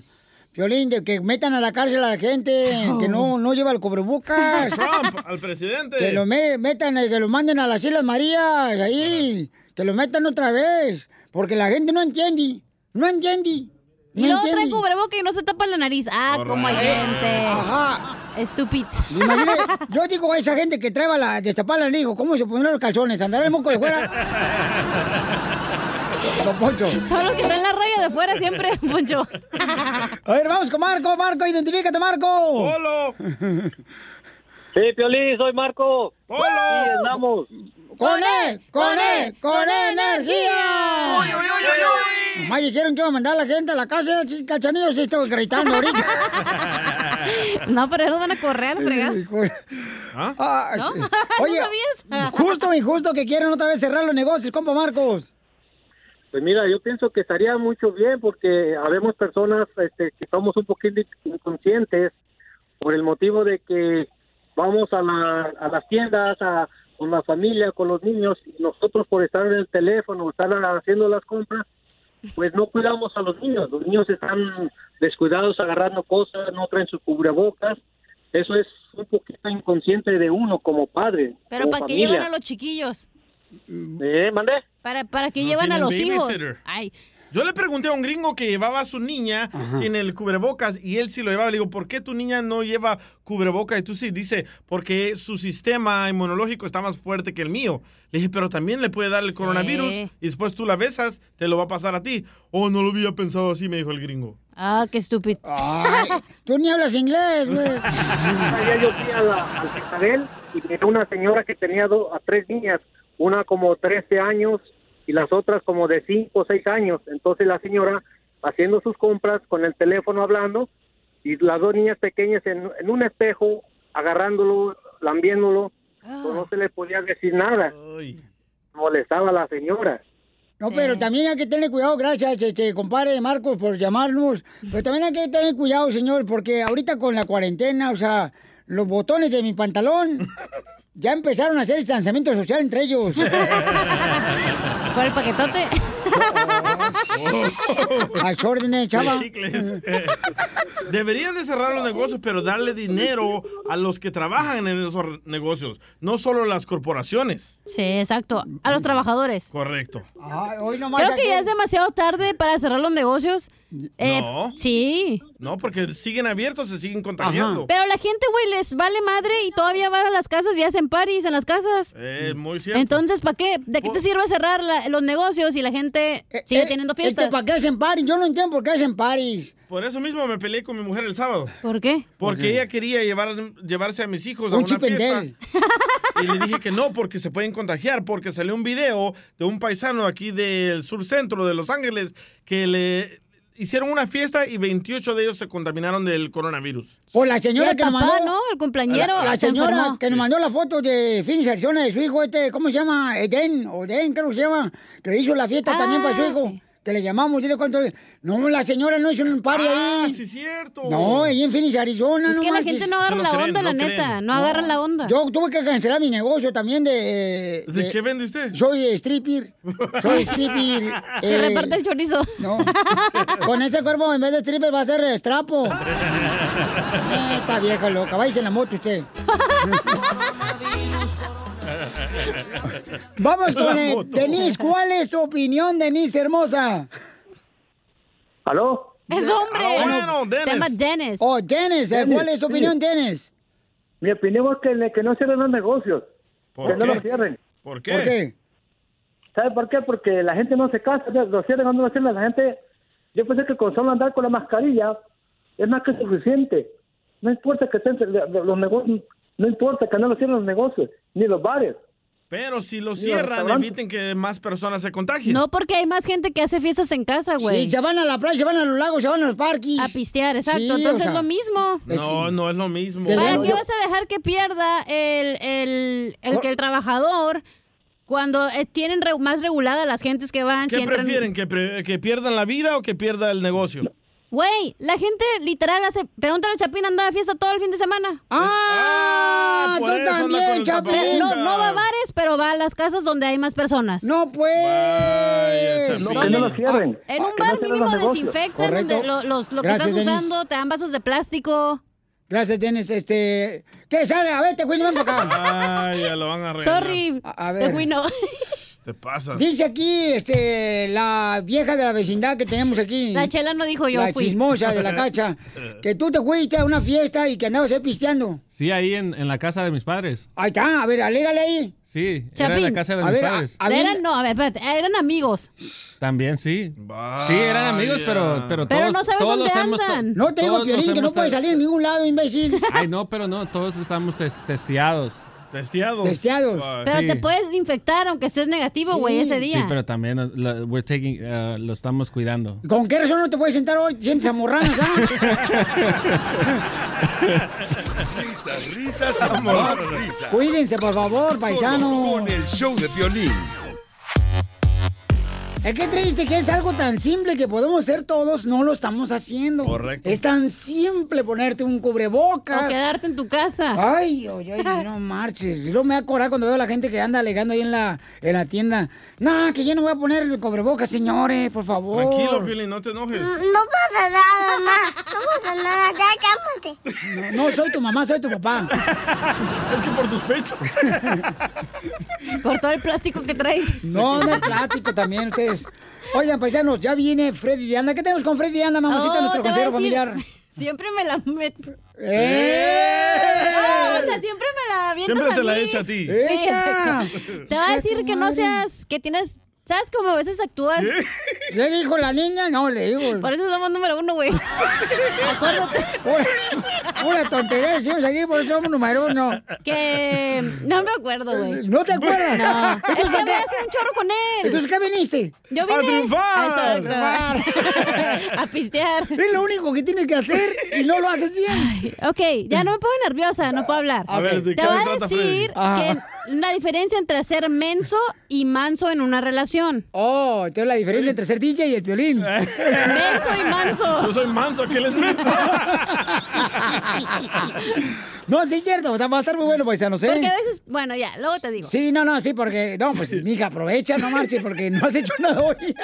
Speaker 2: Violín, de que metan a la cárcel a la gente que no, no lleva el cubrebocas.
Speaker 3: Trump, al presidente.
Speaker 2: Que lo me- metan, eh, que lo manden a las Islas Marías, ahí. Que lo metan otra vez. Porque la gente no entiende. No entiende.
Speaker 5: Y luego traen cubreboca y no se tapa la nariz. Ah, como hay
Speaker 2: Correcto.
Speaker 5: gente.
Speaker 2: Ajá.
Speaker 5: Estúpido.
Speaker 2: Imagínate, yo digo a esa gente que trae la destapada, le digo, ¿cómo se pondrán los calzones? ¿Andará el moco de fuera? Don Poncho.
Speaker 5: Son los que están en la raya de fuera siempre, Poncho.
Speaker 2: A ver, vamos con Marco, Marco, identifícate, Marco.
Speaker 3: ¡Polo!
Speaker 20: Sí, Piolín, soy Marco.
Speaker 3: ¡Polo!
Speaker 20: Aquí andamos.
Speaker 2: ¡Con
Speaker 5: E,
Speaker 2: él! ¡Con él! ¡Con energía! ¡Uy, uy, uy, uy, uy! Más dijeron que iba a mandar a la gente a la casa, sí, cachanillos, sí, estoy gritando ahorita.
Speaker 5: No, pero ellos van a correr al fregar.
Speaker 2: Ah,
Speaker 5: ¿No?
Speaker 2: sí.
Speaker 5: ¿No
Speaker 2: Oye,
Speaker 5: sabías?
Speaker 2: justo o injusto que quieren otra vez cerrar los negocios, compa Marcos.
Speaker 20: Pues mira, yo pienso que estaría mucho bien porque habemos personas este, que somos un poquito inconscientes por el motivo de que vamos a, la- a las tiendas, a- con la familia, con los niños, y nosotros por estar en el teléfono, estar haciendo las compras, pues no cuidamos a los niños. Los niños están descuidados agarrando cosas, no traen su cubrebocas. Eso es un poquito inconsciente de uno como padre.
Speaker 5: Pero
Speaker 20: como
Speaker 5: ¿para qué
Speaker 20: familia.
Speaker 5: llevan a los chiquillos?
Speaker 20: ¿Eh? ¿Mandé?
Speaker 5: ¿Para, para qué
Speaker 20: No
Speaker 5: llevan a
Speaker 20: tienen
Speaker 5: los hijos?
Speaker 3: babysitter.
Speaker 5: Ay,
Speaker 3: Yo le pregunté a un gringo que llevaba a su niña sin el cubrebocas y él sí lo llevaba. Le digo, ¿por qué tu niña no lleva cubrebocas? Y tú sí, dice, porque su sistema inmunológico está más fuerte que el mío. Le dije, pero también le puede dar el coronavirus y después tú la besas, te lo va a pasar a ti. Oh, no lo había pensado así, me dijo el gringo.
Speaker 5: ah, qué estúpido.
Speaker 2: Ay, tú ni hablas inglés, güey.
Speaker 20: Allá yo fui a la, al Citadel y vi una señora que tenía do- a tres niñas, una como 13 años y las otras como de 5 o 6 años. Entonces la señora haciendo sus compras con el teléfono hablando y las dos niñas pequeñas en, en un espejo agarrándolo, lambiéndolo,
Speaker 5: Ah.
Speaker 20: pues no se le podía decir nada. Molestaba a la señora.
Speaker 2: No, pero también hay que tener cuidado, gracias, este, compadre Marcos, por llamarnos. Pero también hay que tener cuidado, señor, porque ahorita con la cuarentena, o sea, los botones de mi pantalón ya empezaron a hacer distanciamiento social entre ellos.
Speaker 5: Por el paquetote.
Speaker 2: A sus órdenes,
Speaker 3: De
Speaker 2: chava.
Speaker 3: chicles. Deberían de cerrar los negocios, pero darle dinero a los que trabajan en esos negocios, no solo las corporaciones.
Speaker 5: Sí, exacto. A
Speaker 2: Mm.
Speaker 5: los trabajadores.
Speaker 3: Correcto.
Speaker 2: Ay, hoy nomás
Speaker 5: Creo que
Speaker 2: aquí-
Speaker 5: ya es demasiado tarde para cerrar los negocios. Eh,
Speaker 3: No.
Speaker 5: Sí.
Speaker 3: No, porque siguen abiertos, se siguen contagiando.
Speaker 5: Pero la gente, güey, les vale madre y todavía van a las casas y hacen paris en las casas.
Speaker 3: Eh, muy cierto. Oh.
Speaker 5: Entonces, ¿para qué? ¿De qué te sirve cerrar la- los negocios y la gente sigue
Speaker 2: eh,
Speaker 5: teniendo
Speaker 2: es que
Speaker 5: fiestas?
Speaker 2: ¿para qué hacen paris? Yo no entiendo por qué hacen paris.
Speaker 3: Por eso mismo me peleé con mi mujer el sábado.
Speaker 5: ¿Por qué?
Speaker 3: Porque ella quería llevar, llevarse a mis hijos a
Speaker 2: Un
Speaker 3: una fiesta.
Speaker 2: chipendel.
Speaker 3: Y le dije que no, porque se pueden contagiar, porque salió un video de un paisano aquí del sur centro de Los Ángeles que le hicieron una fiesta y 28 de ellos se contaminaron del coronavirus.
Speaker 2: Por la señora
Speaker 5: Y el
Speaker 2: que nos
Speaker 5: papá,
Speaker 2: mandó.
Speaker 5: ¿no? El cumpleañero
Speaker 2: La, la
Speaker 5: se
Speaker 2: señora
Speaker 5: enfermó.
Speaker 2: que nos mandó la foto de fin de
Speaker 5: Ah,
Speaker 2: acciones de su hijo, este, ¿cómo se llama? Eden, o Eden, creo que se llama, que hizo la fiesta también para su hijo. que le llamamos, dile cuánto. No, la señora no hizo un party
Speaker 3: Ah,
Speaker 2: ahí.
Speaker 3: sí, cierto.
Speaker 2: No, ahí en Phoenix, Arizona.
Speaker 5: Es
Speaker 2: no
Speaker 5: que la
Speaker 2: marches.
Speaker 5: gente no agarra No la creen, onda, la no neta, creen. no agarra la onda.
Speaker 2: Yo tuve que cancelar mi negocio también de.
Speaker 3: ¿De qué vende usted?
Speaker 2: Soy eh, stripper. Soy stripper.
Speaker 5: Que reparte
Speaker 2: el chorizo. No. Con ese cuerpo, en vez de stripper, va a ser estrapo. Esta vieja loca. Váyase en la moto usted. Vamos con
Speaker 20: La
Speaker 2: eh,
Speaker 20: moto.
Speaker 2: Denise. ¿Cuál es tu opinión, Denise, hermosa?
Speaker 20: ¿Aló?
Speaker 5: Es hombre.
Speaker 20: Ah,
Speaker 5: bueno, Se llama Dennis.
Speaker 2: Oh, Dennis. eh, ¿Cuál es tu
Speaker 20: sí.
Speaker 2: opinión, Dennis?
Speaker 20: Mi opinión es que, que no cierren los negocios.
Speaker 3: ¿Por
Speaker 20: que no
Speaker 3: qué?
Speaker 20: los cierren.
Speaker 3: ¿Por qué?
Speaker 20: ¿Sabe por qué? Porque la gente no se casa. Los cierran o no los cierran. La gente. Yo pensé que con solo andar con la mascarilla es más que suficiente. No importa que estén los negocios. No importa que no los cierren los negocios, ni los bares.
Speaker 3: Pero si lo
Speaker 20: Digo,
Speaker 3: cierran,
Speaker 20: restaurante.
Speaker 3: eviten que más personas se contagien.
Speaker 5: No, porque hay más gente que hace fiestas en casa, güey.
Speaker 3: Sí, se
Speaker 2: van a la playa, se van a los lagos, se van a los parques.
Speaker 5: A pistear, exacto.
Speaker 3: Sí,
Speaker 5: Entonces
Speaker 3: o sea,
Speaker 5: es lo mismo.
Speaker 3: No, no es lo mismo.
Speaker 5: ¿Para qué vas a dejar que pierda el, el, el que el trabajador cuando eh, tienen re- más regulada las gentes que van? si
Speaker 3: ¿Qué
Speaker 5: entran-
Speaker 3: prefieren? ¿Que, pre- que pierdan la vida o que pierda el negocio?
Speaker 5: Güey, la gente literal hace. Pregúntale a Chapín, andaba a fiesta todo el fin de semana.
Speaker 2: ¡Ah!
Speaker 3: por tú eso anda también, con el Chapín. tapabocas.
Speaker 5: No, no va a bares, pero va a las casas donde hay más personas.
Speaker 2: No, pues.
Speaker 20: No, que no los cierren. Ah,
Speaker 5: En un
Speaker 20: Que no
Speaker 5: bar
Speaker 20: cierren los
Speaker 5: mínimo
Speaker 20: negocios.
Speaker 5: desinfectan donde lo, los- lo que
Speaker 2: Gracias,
Speaker 5: estás
Speaker 2: Denise.
Speaker 5: usando, te dan vasos de plástico.
Speaker 2: Gracias, Dennis. Este. ¿Qué sale? A ver, te cuento, ven para acá.
Speaker 3: Ay, ya lo van a arreglar.
Speaker 5: Ah. Sorry,
Speaker 2: A- a ver.
Speaker 5: te fui, no.
Speaker 3: Te pasas.
Speaker 2: Dice aquí, este, la vieja de la vecindad que tenemos aquí.
Speaker 5: La chela no dijo yo,
Speaker 2: La
Speaker 5: fui.
Speaker 2: chismosa de la cacha. Que tú te fuiste a una fiesta y que andabas ahí pisteando.
Speaker 21: Sí, ahí en, en la casa de mis padres.
Speaker 2: Ahí está, a ver, alégale ahí.
Speaker 21: Sí, era en la casa de mis padres.
Speaker 5: Eran, no, a ver, espérate, eran amigos.
Speaker 21: También sí. Sí, eran amigos, pero, pero,
Speaker 5: Pero
Speaker 21: todos,
Speaker 5: no sabes
Speaker 21: todos
Speaker 5: dónde
Speaker 21: hemos- to-
Speaker 5: andan.
Speaker 2: No te digo,
Speaker 21: todos nos
Speaker 2: Piolín, que no
Speaker 21: hemos Ah,
Speaker 2: puedes
Speaker 21: tar-
Speaker 2: salir en ningún lado, imbécil.
Speaker 21: Ay, no, pero no, todos estamos tes- testeados.
Speaker 3: ¿Testeados?
Speaker 2: Testeados.
Speaker 21: pues,
Speaker 5: Pero te puedes infectar aunque estés negativo, güey, ese
Speaker 21: Sí,
Speaker 5: día.
Speaker 21: pero también eh, lo, we're taking, eh, lo estamos cuidando.
Speaker 2: ¿Con qué razón no te puedes sentar hoy? Sientes a morranas, ¿ah?
Speaker 1: Risas, risas y más risas.
Speaker 2: Cuídense, por favor,
Speaker 1: Solo
Speaker 2: paisano.
Speaker 1: Con el show de violín.
Speaker 2: Es que triste que es algo tan simple que podemos hacer todos, no lo estamos haciendo.
Speaker 3: Correcto.
Speaker 2: Es tan simple ponerte un cubrebocas.
Speaker 5: O quedarte en tu casa.
Speaker 2: Ay, oye, no marches. Y luego me voy a acordar cuando veo a la gente que anda alegando ahí en la, en la tienda. No, que yo no voy a poner el cubrebocas, señores, por favor.
Speaker 3: Tranquilo, Piolín, no te
Speaker 5: Mm,
Speaker 3: enojes.
Speaker 2: pasa nada, mamá. No pasa nada, ya cálmate. No, no soy tu mamá, soy tu papá.
Speaker 3: Es que por tus pechos.
Speaker 5: Por todo el plástico que traes.
Speaker 2: No, no es plástico también ustedes. Oigan, paisanos, ya viene Freddy de Anda. ¿Qué tenemos con Freddy de Anda, mamacita,
Speaker 5: Oh,
Speaker 2: nuestro
Speaker 5: te voy a
Speaker 2: consejero familiar?
Speaker 5: decir, Siempre me la meto.
Speaker 2: ¡Eh!
Speaker 5: No, o sea, siempre me la avientas
Speaker 3: Siempre te
Speaker 5: a
Speaker 3: la
Speaker 5: mí.
Speaker 3: echa a ti.
Speaker 5: Sí,
Speaker 3: ¡Echa!
Speaker 5: exacto. Te va a decir que no seas, que tienes, ¿sabes cómo a veces actúas?
Speaker 21: ¿Eh?
Speaker 2: ¿Le dijo la niña? No, le digo.
Speaker 5: Por eso somos número uno, güey. Acuérdate.
Speaker 2: Una tontería, decimos aquí, por eso somos número uno.
Speaker 5: Que no me acuerdo, güey.
Speaker 2: ¿No te acuerdas?
Speaker 5: No.
Speaker 2: Entonces,
Speaker 5: es que
Speaker 2: ¿a qué-
Speaker 5: me hace un chorro con él.
Speaker 2: Entonces, ¿qué viniste?
Speaker 5: Yo vine
Speaker 2: ¡A triunfar!
Speaker 5: a eso,
Speaker 2: A
Speaker 5: a pistear.
Speaker 2: Es lo único que tienes que hacer y no lo haces bien.
Speaker 5: ok, ya no me pongo nerviosa, no puedo hablar.
Speaker 2: A ver, ¿de
Speaker 5: Te
Speaker 2: qué
Speaker 5: voy
Speaker 2: se
Speaker 5: a
Speaker 2: trata,
Speaker 5: decir
Speaker 2: Freddy?
Speaker 5: que
Speaker 2: Ah.
Speaker 5: la diferencia entre ser menso y manso en una relación.
Speaker 2: Oh, entonces la diferencia entre ser DJ y el violín.
Speaker 5: pues, Menso y manso.
Speaker 3: Yo soy manso, que él es menso.
Speaker 2: No, sí es cierto, va a estar muy bueno, paisanos, ¿eh?
Speaker 5: Porque a veces, bueno, ya, luego te digo.
Speaker 2: Sí, no, no, sí, porque... No, pues, mija, aprovecha, no marches, porque no has hecho nada hoy.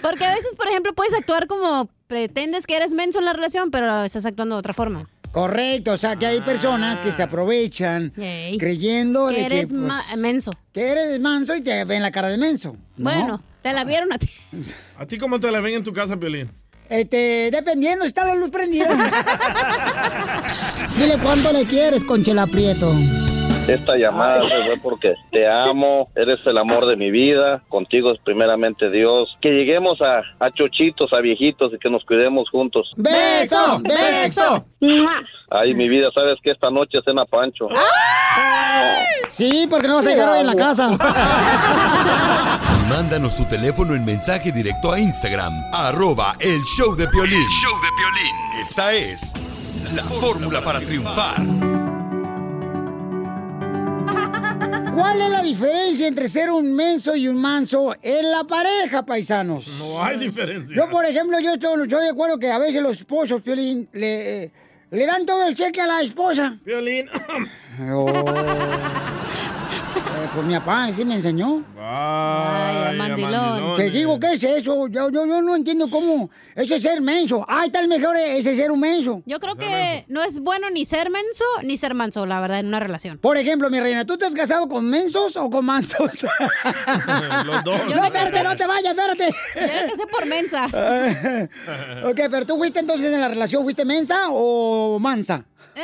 Speaker 5: Porque a veces, por ejemplo, puedes actuar como pretendes que eres menso en la relación, pero estás actuando de otra forma.
Speaker 2: Correcto, o sea, que hay personas que se aprovechan
Speaker 5: Ey.
Speaker 2: creyendo
Speaker 5: Que
Speaker 2: de
Speaker 5: Ah. eres
Speaker 2: que... pues,
Speaker 5: ma- menso.
Speaker 2: Que eres manso y te ven la cara de menso. ¿no?
Speaker 5: Bueno, te la vieron a ti.
Speaker 3: ¿A ti cómo te la ven en tu casa, Piolín?
Speaker 2: Este, dependiendo, si está la luz prendida. Dile cuánto le quieres, Conchela Prieto.
Speaker 12: Esta llamada se fue porque te amo, eres el amor de mi vida, contigo es primeramente Dios. Que lleguemos a, a chochitos, a viejitos y que nos cuidemos juntos.
Speaker 2: ¡Beso! ¡Beso!
Speaker 12: Ay, mi vida, sabes que esta noche cena Pancho.
Speaker 2: Sí, porque no vas a llegar hoy en la casa.
Speaker 1: Mándanos tu teléfono en mensaje directo a Instagram, arroba el show de Piolín. show de Piolín. Esta es la fórmula para triunfar.
Speaker 2: ¿Cuál es la diferencia entre ser un menso y un manso en la pareja, paisanos?
Speaker 3: No hay diferencia.
Speaker 2: Yo, por ejemplo, yo estoy, yo de acuerdo que a veces los esposos, Piolín, le, eh, le dan todo el cheque a la esposa.
Speaker 3: Violín.
Speaker 2: Oh. Eh, pues mi papá sí me enseñó.
Speaker 3: Ay, mandilón.
Speaker 2: Te digo, ¿qué es eso? Yo, yo, yo no entiendo cómo. Ese es ser menso. Ah, está el mejor, ese ser un menso.
Speaker 5: Yo creo que no es bueno ni ser menso ni ser manso, la verdad, en una relación.
Speaker 2: Por ejemplo, mi reina, ¿tú te has casado con mensos o con mansos?
Speaker 3: Los dos.
Speaker 2: no, espérate, no te vayas, espérate.
Speaker 5: Yo me casé por mensa.
Speaker 2: ok, pero tú fuiste entonces en la relación, ¿fuiste mensa o mansa?
Speaker 5: Eh.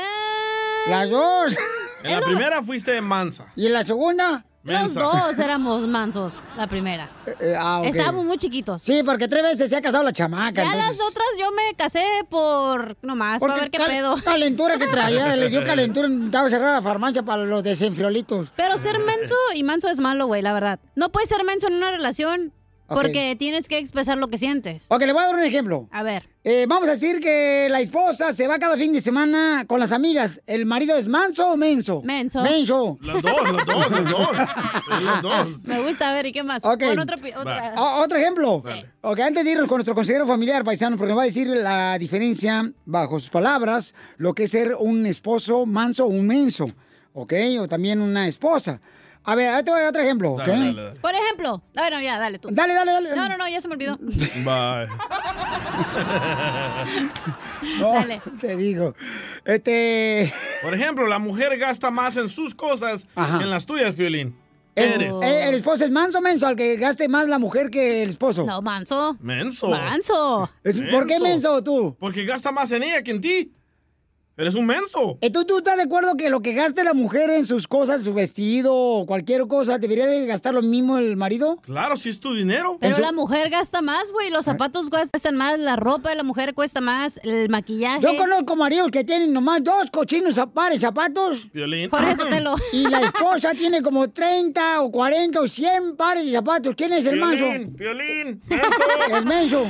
Speaker 2: Las dos.
Speaker 3: En la primera fuiste mansa.
Speaker 2: ¿Y en la segunda?
Speaker 5: Los
Speaker 3: Mensa.
Speaker 5: dos éramos mansos, la primera.
Speaker 2: ah, ok.
Speaker 5: Estábamos muy chiquitos.
Speaker 2: Sí, porque tres veces se ha casado la chamaca.
Speaker 5: Ya
Speaker 2: entonces-
Speaker 5: las otras yo me casé por nomás, para
Speaker 2: Porque
Speaker 5: ver qué
Speaker 2: cal-
Speaker 5: pedo.
Speaker 2: Calentura que traía, le dio calentura, estaba cerrada la farmacia para los desenfriolitos.
Speaker 5: Pero ser menso y manso es malo, güey, la verdad. No puedes ser menso en una relación
Speaker 2: Ok.
Speaker 5: porque tienes que expresar lo que sientes.
Speaker 2: Ok, le voy a dar un ejemplo.
Speaker 5: A ver.
Speaker 2: Eh, vamos a decir que la esposa se va cada fin de semana con las amigas. ¿El marido es manso o menso? Menso. Menso.
Speaker 3: Las dos, las dos, las dos. Sí, las dos.
Speaker 5: Me gusta, a ver, ¿y qué más?
Speaker 2: Ok.
Speaker 5: Pon otra pi- otra.
Speaker 2: O- ¿Otro ejemplo? Ok, antes de irnos con nuestro consejero familiar, paisano, porque nos va a decir la diferencia, bajo sus palabras, lo que es ser un esposo manso o un menso, ¿ok? O también una esposa. A ver, ahí te voy a dar otro ejemplo, ¿ok?
Speaker 3: Dale, dale, dale.
Speaker 5: Por ejemplo. Bueno, ya, dale tú.
Speaker 2: Dale, dale, dale.
Speaker 5: No, no, no, ya se me olvidó.
Speaker 3: Bye.
Speaker 2: No, Te digo. Este.
Speaker 3: Por ejemplo, la mujer gasta más en sus cosas que en las tuyas, Violín.
Speaker 2: Es-
Speaker 3: Eres.
Speaker 2: eh, ¿El esposo es manso o menso? Al que gaste más la mujer que el esposo.
Speaker 5: No, manso.
Speaker 3: Menso.
Speaker 5: Manso.
Speaker 2: Es- ¿Por qué menso tú?
Speaker 3: Porque gasta más en ella que en ti. Eres un menso.
Speaker 2: ¿Tú, ¿Tú estás de acuerdo que lo que gaste la mujer en sus cosas, su vestido o cualquier cosa, debería de gastar lo mismo el marido?
Speaker 3: Claro, si es tu dinero.
Speaker 5: Pero la mujer gasta más, güey.
Speaker 2: Ah.
Speaker 5: Los zapatos cuestan más, la ropa de la mujer cuesta más, el maquillaje.
Speaker 2: Yo conozco maridos que tienen nomás dos cochinos a pares zapatos.
Speaker 3: Violín.
Speaker 2: Y la esposa tiene como 30 o 40 o 100 pares de zapatos. ¿Quién es el manso?
Speaker 3: Violín, Violín.
Speaker 2: El menso.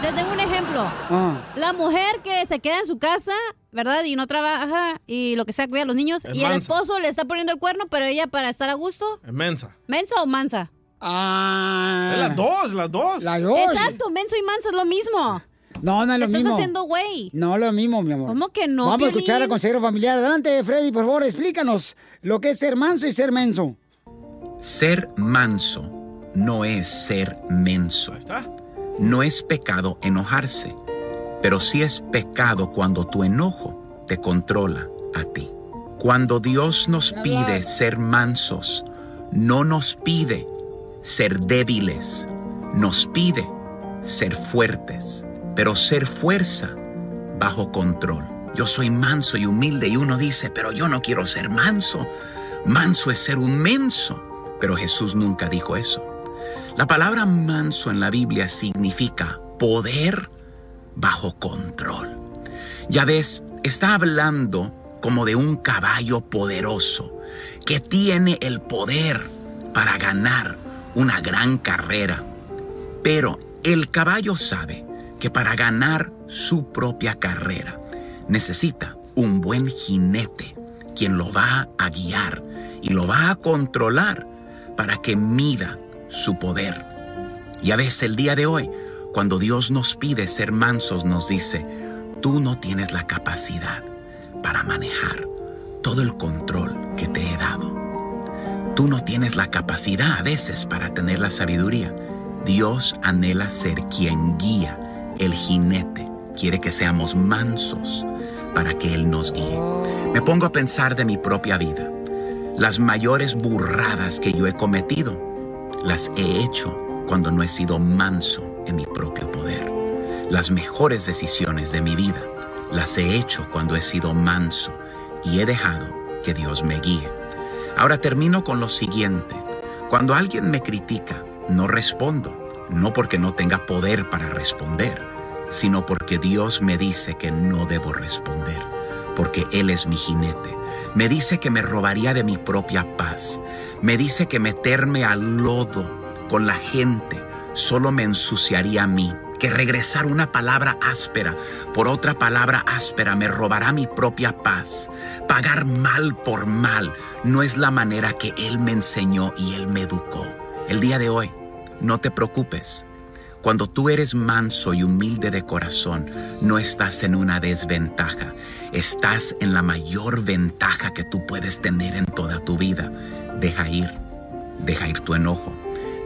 Speaker 5: Te tengo un ejemplo.
Speaker 2: Ah.
Speaker 5: La mujer que se queda en su casa, ¿verdad? Y no trabaja y lo que sea, cuida a los niños.
Speaker 3: Es
Speaker 5: y el
Speaker 3: mansa.
Speaker 5: esposo le está poniendo el cuerno, pero ella para estar a gusto,
Speaker 3: Es mensa.
Speaker 5: ¿mensa o mansa?
Speaker 2: Ah.
Speaker 3: Es las dos, Pues las dos.
Speaker 2: Las dos.
Speaker 5: Exacto, menso y mansa es lo mismo.
Speaker 2: Oh, Ah, No, no es lo
Speaker 5: Estás
Speaker 2: mismo.
Speaker 5: haciendo güey.
Speaker 2: No, lo mismo, mi amor.
Speaker 5: ¿Cómo que no,
Speaker 2: Vamos a
Speaker 5: Piolín?
Speaker 2: escuchar al consejero familiar. Adelante, Freddy, por favor, explícanos lo que es ser manso y ser menso.
Speaker 22: Ser manso no es ser menso. No es pecado enojarse, pero sí es pecado cuando tu enojo te controla a ti. Cuando Dios nos pide ser mansos, no nos pide ser débiles, nos pide ser fuertes, pero ser fuerza bajo control. Yo soy manso y humilde y uno dice, pero yo no quiero ser manso. Manso es ser un menso. Pero Jesús nunca dijo eso. La palabra manso en la Biblia significa poder bajo control. Ya ves, está hablando como de un caballo poderoso que tiene el poder para ganar una gran carrera. Pero el caballo sabe que para ganar su propia carrera necesita un buen jinete quien lo va a guiar y lo va a controlar para que mida su poder. Ya ves, el día de hoy, cuando Dios nos pide ser mansos, nos dice, tú no tienes la capacidad para manejar todo el control que te he dado. Tú no tienes la capacidad a veces para tener la sabiduría. Dios anhela ser quien guía, el jinete. Quiere que seamos mansos para que Él nos guíe. Me pongo a pensar de mi propia vida. Las mayores burradas que yo he cometido las he hecho cuando no he sido manso en mi propio poder. Las mejores decisiones de mi vida las he hecho cuando he sido manso y he dejado que Dios me guíe. Ahora termino con lo siguiente. Cuando alguien me critica, no respondo, no porque no tenga poder para responder, sino porque Dios me dice que no debo responder, porque Él es mi jinete. Me dice que me robaría de mi propia paz. Me dice que meterme al lodo con la gente solo me ensuciaría a mí que regresar una palabra áspera por otra palabra áspera me robará mi propia paz. Pagar mal por mal no es la manera que Él me enseñó y Él me educó. El día de hoy, no te preocupes. Cuando tú eres manso y humilde de corazón, no estás en una desventaja. Estás en la mayor ventaja que tú puedes tener en toda tu vida. Deja ir, deja ir tu enojo,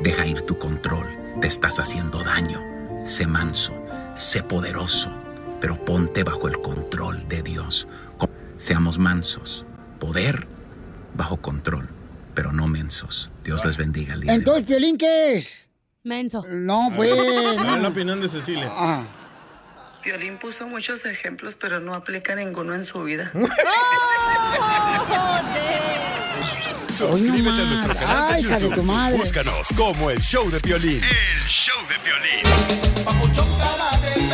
Speaker 22: deja ir tu control. Te estás haciendo daño. Sé manso, sé poderoso, pero ponte bajo el control de Dios. Co- Seamos mansos. Poder bajo control, pero no mensos. Dios les bendiga el día de hoy.
Speaker 2: Entonces, Piolín, ¿qué es?
Speaker 5: Menso.
Speaker 2: No, pues.
Speaker 3: Ah, la opinión de Cecilia.
Speaker 23: Violín puso muchos ejemplos, pero no aplica ninguno en su vida.
Speaker 1: Suscríbete a nuestro canal de
Speaker 23: Ay, hija de
Speaker 1: YouTube.
Speaker 23: tu madre.
Speaker 1: Búscanos como el show de violín.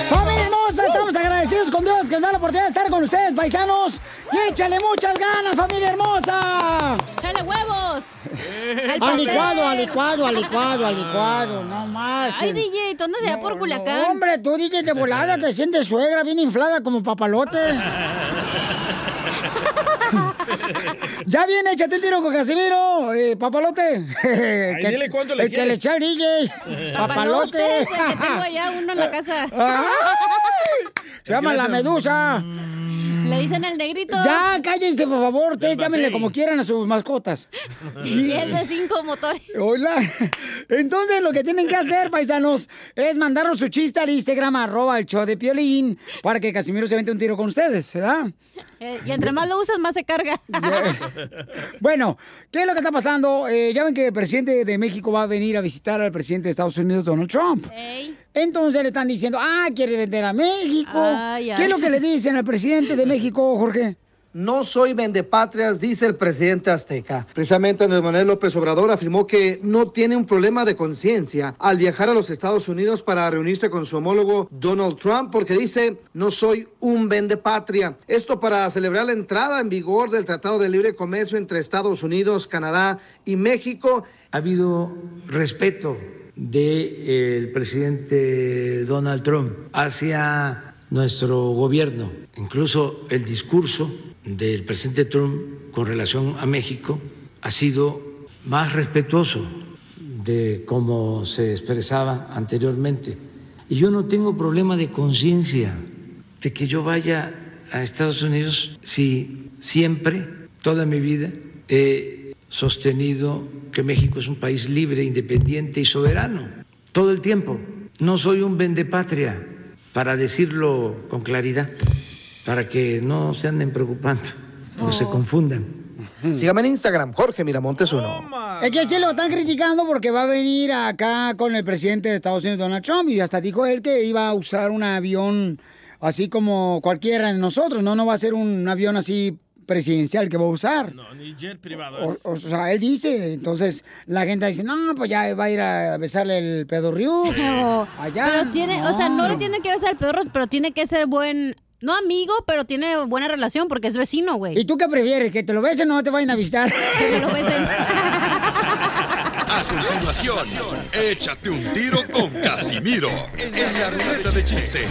Speaker 2: ¡Familia hermosa! Estamos agradecidos con Dios que nos da la oportunidad de estar con ustedes, paisanos. Y échale muchas ganas, familia hermosa.
Speaker 5: ¡Échale huevos!
Speaker 3: Eh.
Speaker 5: Al
Speaker 2: Al
Speaker 5: pastel.
Speaker 2: licuado, al licuado, al licuado, al licuado. No marches.
Speaker 5: Ay, DJ, ¿tú andas allá por Culiacán?
Speaker 2: no, hombre, tú DJ de volada, te sientes suegra bien inflada como papalote. ya viene, échate un tiro con Casimiro, eh, papalote. Que-
Speaker 3: dile cuánto le
Speaker 2: el que le
Speaker 3: quieres.
Speaker 2: echa al DJ.
Speaker 5: Papalote,
Speaker 2: papalote.
Speaker 5: ese que tengo allá uno en la casa.
Speaker 2: Ay, Se llama la medusa.
Speaker 5: Le dicen al negrito.
Speaker 2: Ya, cállense, por favor. Ustedes
Speaker 5: Del
Speaker 2: llámenle
Speaker 5: batey.
Speaker 2: como quieran a sus mascotas.
Speaker 5: Y es de cinco motores.
Speaker 2: Hola. Entonces, lo que tienen que hacer, paisanos, es mandarnos su chiste al Instagram, arroba el show de Piolín, para que Casimiro se vente un tiro con ustedes, ¿verdad?
Speaker 5: Eh, y entre más lo usas, más se carga.
Speaker 2: Bueno, ¿qué es lo que está pasando? Eh, ya ven que el presidente de México va a venir a visitar al presidente de Estados Unidos, Donald Trump. Entonces le están diciendo, ah, quiere vender a México.
Speaker 6: Ay, ay.
Speaker 2: ¿Qué es lo que le dicen al presidente de México, Jorge?
Speaker 6: No soy vendepatrias, dice el presidente azteca. Precisamente Andrés Manuel López Obrador afirmó que no tiene un problema de conciencia al viajar a los Estados Unidos para reunirse con su homólogo Donald Trump porque dice, no soy un vendepatria. Esto para celebrar la entrada en vigor del Tratado de Libre Comercio entre Estados Unidos, Canadá y México.
Speaker 7: Ha habido respeto del eh, presidente Donald Trump hacia nuestro gobierno. Incluso el discurso del presidente Trump con relación a México ha sido más respetuoso de cómo se expresaba anteriormente. Y yo no tengo problema de conciencia de que yo vaya a Estados Unidos si siempre, toda mi vida, he sostenido que México es un país libre, independiente y soberano. Todo el tiempo. No soy un vendepatria, para decirlo con claridad, para que no se anden preocupando o se confundan.
Speaker 6: Sígame en Instagram, Jorge Miramontes uno.
Speaker 2: Es que sí lo están criticando porque va a venir acá con el presidente de Estados Unidos, Donald Trump, y hasta dijo él que iba a usar un avión así como cualquiera de nosotros, ¿no? No va a ser un avión así presidencial que va a usar.
Speaker 3: No, ni jet privado.
Speaker 2: O, o sea, él dice, entonces la gente dice, no, pues ya va a ir a besarle el pedo Riux.
Speaker 5: Pero-
Speaker 2: Allá.
Speaker 5: Pero tiene, o sea, no le tiene que besar al perro, pero tiene que ser buen, no amigo, pero tiene buena relación porque es vecino, güey.
Speaker 2: ¿Y tú qué prefieres? ¿Que te lo besen o no te vayan a visitar?
Speaker 1: A continuación, échate un tiro con Casimiro en la ruleta de chistes.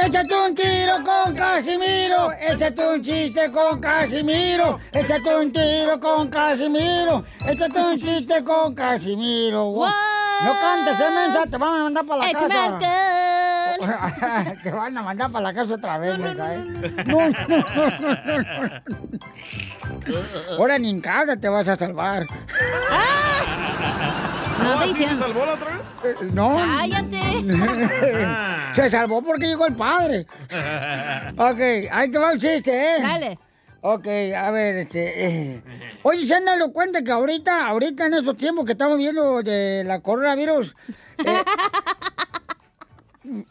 Speaker 2: Échate un tiro con Casimiro, échate un chiste con Casimiro, échate un tiro con Casimiro, échate un chiste con Casimiro. No cantes, eh, mensa, te van a mandar para la
Speaker 5: Échame
Speaker 2: casa. te van a mandar para la casa otra vez, mensa, eh. No, no, no, no, no. Ahora ni en casa te vas a salvar.
Speaker 3: Oh,
Speaker 5: No, te hicieron.
Speaker 2: Eh, No.
Speaker 5: Cállate.
Speaker 2: Se salvó porque llegó el padre. Ok, ahí te va el chiste, ¿eh?
Speaker 5: Dale.
Speaker 2: Ok, a ver, este... eh. Oye, ¿se han dado cuenta que ahorita, ahorita en estos tiempos que estamos viendo de la coronavirus... eh,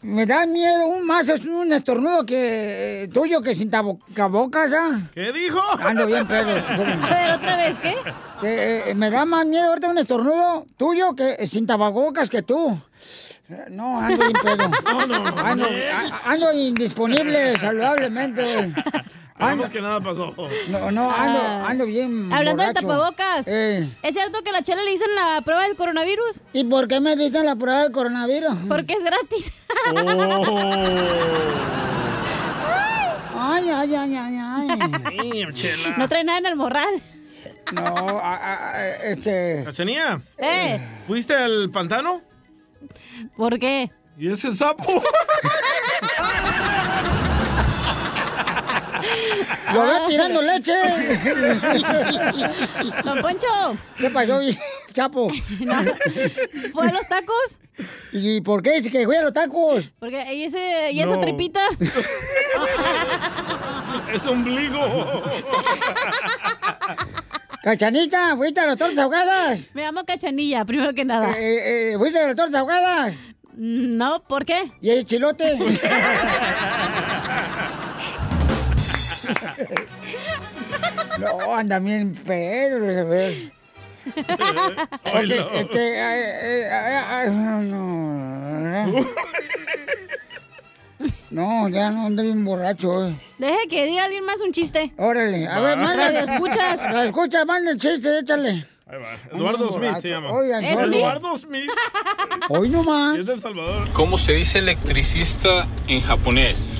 Speaker 2: Me da miedo un más es un estornudo que eh, tuyo que sin ¿ah? taboca ya.
Speaker 3: ¿Qué dijo?
Speaker 2: Ando bien pedo.
Speaker 3: ver,
Speaker 5: otra vez, ¿qué?
Speaker 2: eh, me da más miedo ahorita un estornudo tuyo que eh, sin tabacocas que tú. Eh, No, ando bien pedo. Ando, a- ando indisponible saludablemente.
Speaker 3: Vamos que nada pasó.
Speaker 2: Ah, No, no, ando,
Speaker 5: Ah.
Speaker 2: ando bien.
Speaker 5: Hablando de
Speaker 2: borracho.
Speaker 5: tapabocas,
Speaker 2: Eh.
Speaker 5: ¿es cierto que a la chela le dicen la prueba del coronavirus?
Speaker 2: ¿Y por qué me dicen la prueba del coronavirus?
Speaker 5: Porque es gratis.
Speaker 2: Ay, ay, ay, ay, ay.
Speaker 5: No trae nada en el morral.
Speaker 2: No, ah, este.
Speaker 3: ¿Cachanía?
Speaker 5: ¡Eh!
Speaker 3: ¿Fuiste al pantano?
Speaker 5: ¿Por qué?
Speaker 3: ¿Y ese sapo?
Speaker 2: ah, Lo veo
Speaker 5: Ah.
Speaker 2: tirando leche.
Speaker 5: Don Poncho.
Speaker 2: ¿Qué pasó, chapo?
Speaker 5: ¿Fue a los tacos?
Speaker 2: ¿Y por qué dice que fue a los tacos?
Speaker 5: Porque ¿y, ese, y esa
Speaker 2: No.
Speaker 5: tripita?
Speaker 3: es ombligo.
Speaker 2: Cachanita, ¿fuiste a las tortas ahogadas?
Speaker 5: Me llamo Cachanilla, primero que nada. Mm,
Speaker 2: Eh, eh, eh, ¿Fuiste a las tortas ahogadas?
Speaker 5: No, ¿por qué?
Speaker 2: ¿Y el chilote? no, anda bien Pedro. a ver. Porque,
Speaker 9: Oilo.
Speaker 2: este, ay, ay, ay, ay, no, no. No, ya no ando bien borracho hoy.
Speaker 5: Deje que diga alguien más un chiste.
Speaker 2: Órale, a ver,
Speaker 5: Va.
Speaker 2: manda.
Speaker 5: Radio escuchas.
Speaker 2: Radio escuchas, manda el chiste, échale.
Speaker 3: Ahí va.
Speaker 2: Ando
Speaker 3: Eduardo Smith
Speaker 2: borracho.
Speaker 3: se llama.
Speaker 2: Oigan, Es solo- Smith.
Speaker 3: Eduardo Smith.
Speaker 2: Hoy nomás.
Speaker 3: Es de El Salvador.
Speaker 10: ¿Cómo se dice electricista en japonés?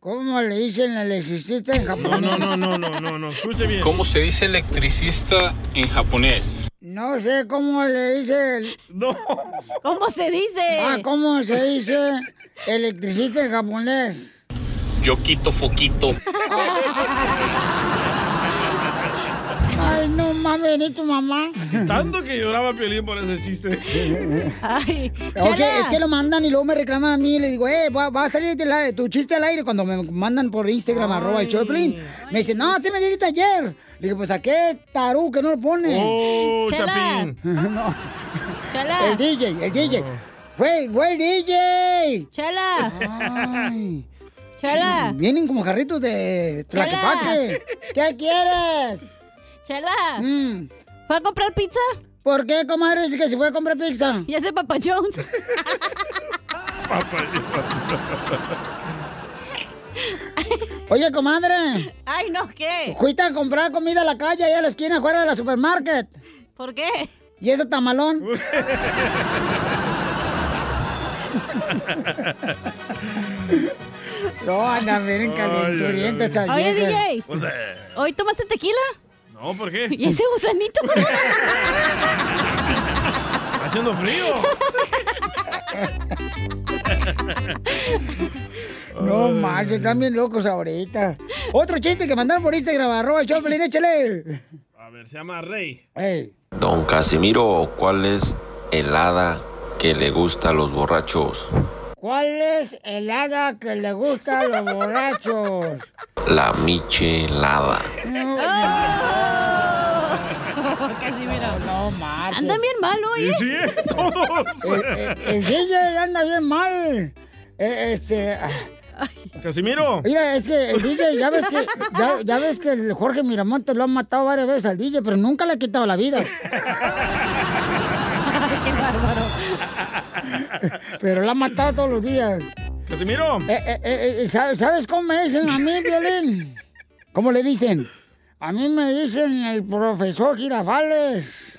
Speaker 2: ¿Cómo le dicen al electricista en
Speaker 3: No,
Speaker 2: japonés?
Speaker 3: no, no, no, no, no, no. Escuche bien.
Speaker 10: ¿Cómo se dice electricista en japonés?
Speaker 2: No sé cómo le dice. El...
Speaker 3: No.
Speaker 5: ¿Cómo se dice?
Speaker 2: Ah, ¿cómo se dice electricista en japonés?
Speaker 10: Yo quito foquito.
Speaker 2: Ay, no mames, ni tu mamá.
Speaker 3: Tanto que lloraba Piolín por ese chiste.
Speaker 5: Ay,
Speaker 2: Oye, es que lo mandan y luego me reclaman a mí y le digo, eh, va, va a salir de la- tu chiste al aire cuando me mandan por Instagram, arroba el show de Piolín. Me dicen, no, sí me dijiste ayer. Le digo, pues a qué tarú que no lo pone.
Speaker 3: Oh, Chela. Chapín. Oh.
Speaker 2: no.
Speaker 5: Chala.
Speaker 2: El DJ, el DJ. Fue, fue el DJ.
Speaker 5: Chala.
Speaker 2: Ay.
Speaker 5: Chala.
Speaker 2: Sí, Vienen como jarritos de tlaquepaque. ¿Qué quieres?
Speaker 5: Chala.
Speaker 2: ¿Fue a comprar pizza? ¿Por qué, comadre, dice que se fue a comprar pizza?
Speaker 5: ¿Y ese Papa Jones?
Speaker 2: Oye, comadre,
Speaker 5: Ay, no, ¿qué?
Speaker 2: fuiste a comprar comida a la calle, allá a la esquina, fuera de la supermarket.
Speaker 5: ¿Por qué?
Speaker 2: ¿Y ese tamalón? No, anda, miren, calenturienta esta
Speaker 5: Oye,
Speaker 2: vieja.
Speaker 5: DJ.
Speaker 3: Pues, eh,
Speaker 5: ¿Hoy tomaste tequila?
Speaker 3: no, ¿por qué?
Speaker 5: ¿Y ese gusanito?
Speaker 3: Haciendo frío.
Speaker 2: No manches, están bien locos ahorita. Otro chiste que mandaron por Instagram, arroba el show de Piolín, échale.
Speaker 3: A ver, se llama Rey.
Speaker 2: Ey.
Speaker 24: Don Casimiro, ¿cuál es el hada que le gusta a los borrachos?
Speaker 2: ¿Cuál es el hada que le gusta a los borrachos?
Speaker 24: La michelada.
Speaker 2: No,
Speaker 5: Oh. Casi mira.
Speaker 2: No, manches.
Speaker 5: Andan bien mal hoy, ¿eh?
Speaker 2: El, el- eh, el DJ anda bien mal. Eh, este. ah,
Speaker 3: Casimiro.
Speaker 2: Mira, es que el DJ, ya ves que, ya, ya ves que el Jorge Miramonte lo ha matado varias veces al DJ, pero nunca le ha quitado la vida.
Speaker 5: Qué bárbaro.
Speaker 2: Pero lo ha matado todos los días.
Speaker 3: Casimiro.
Speaker 2: Eh, eh, eh, eh, ¿sabe- ¿Sabes cómo me dicen a mí, Violín? ¿Cómo le dicen? A mí me dicen el profesor Girafales.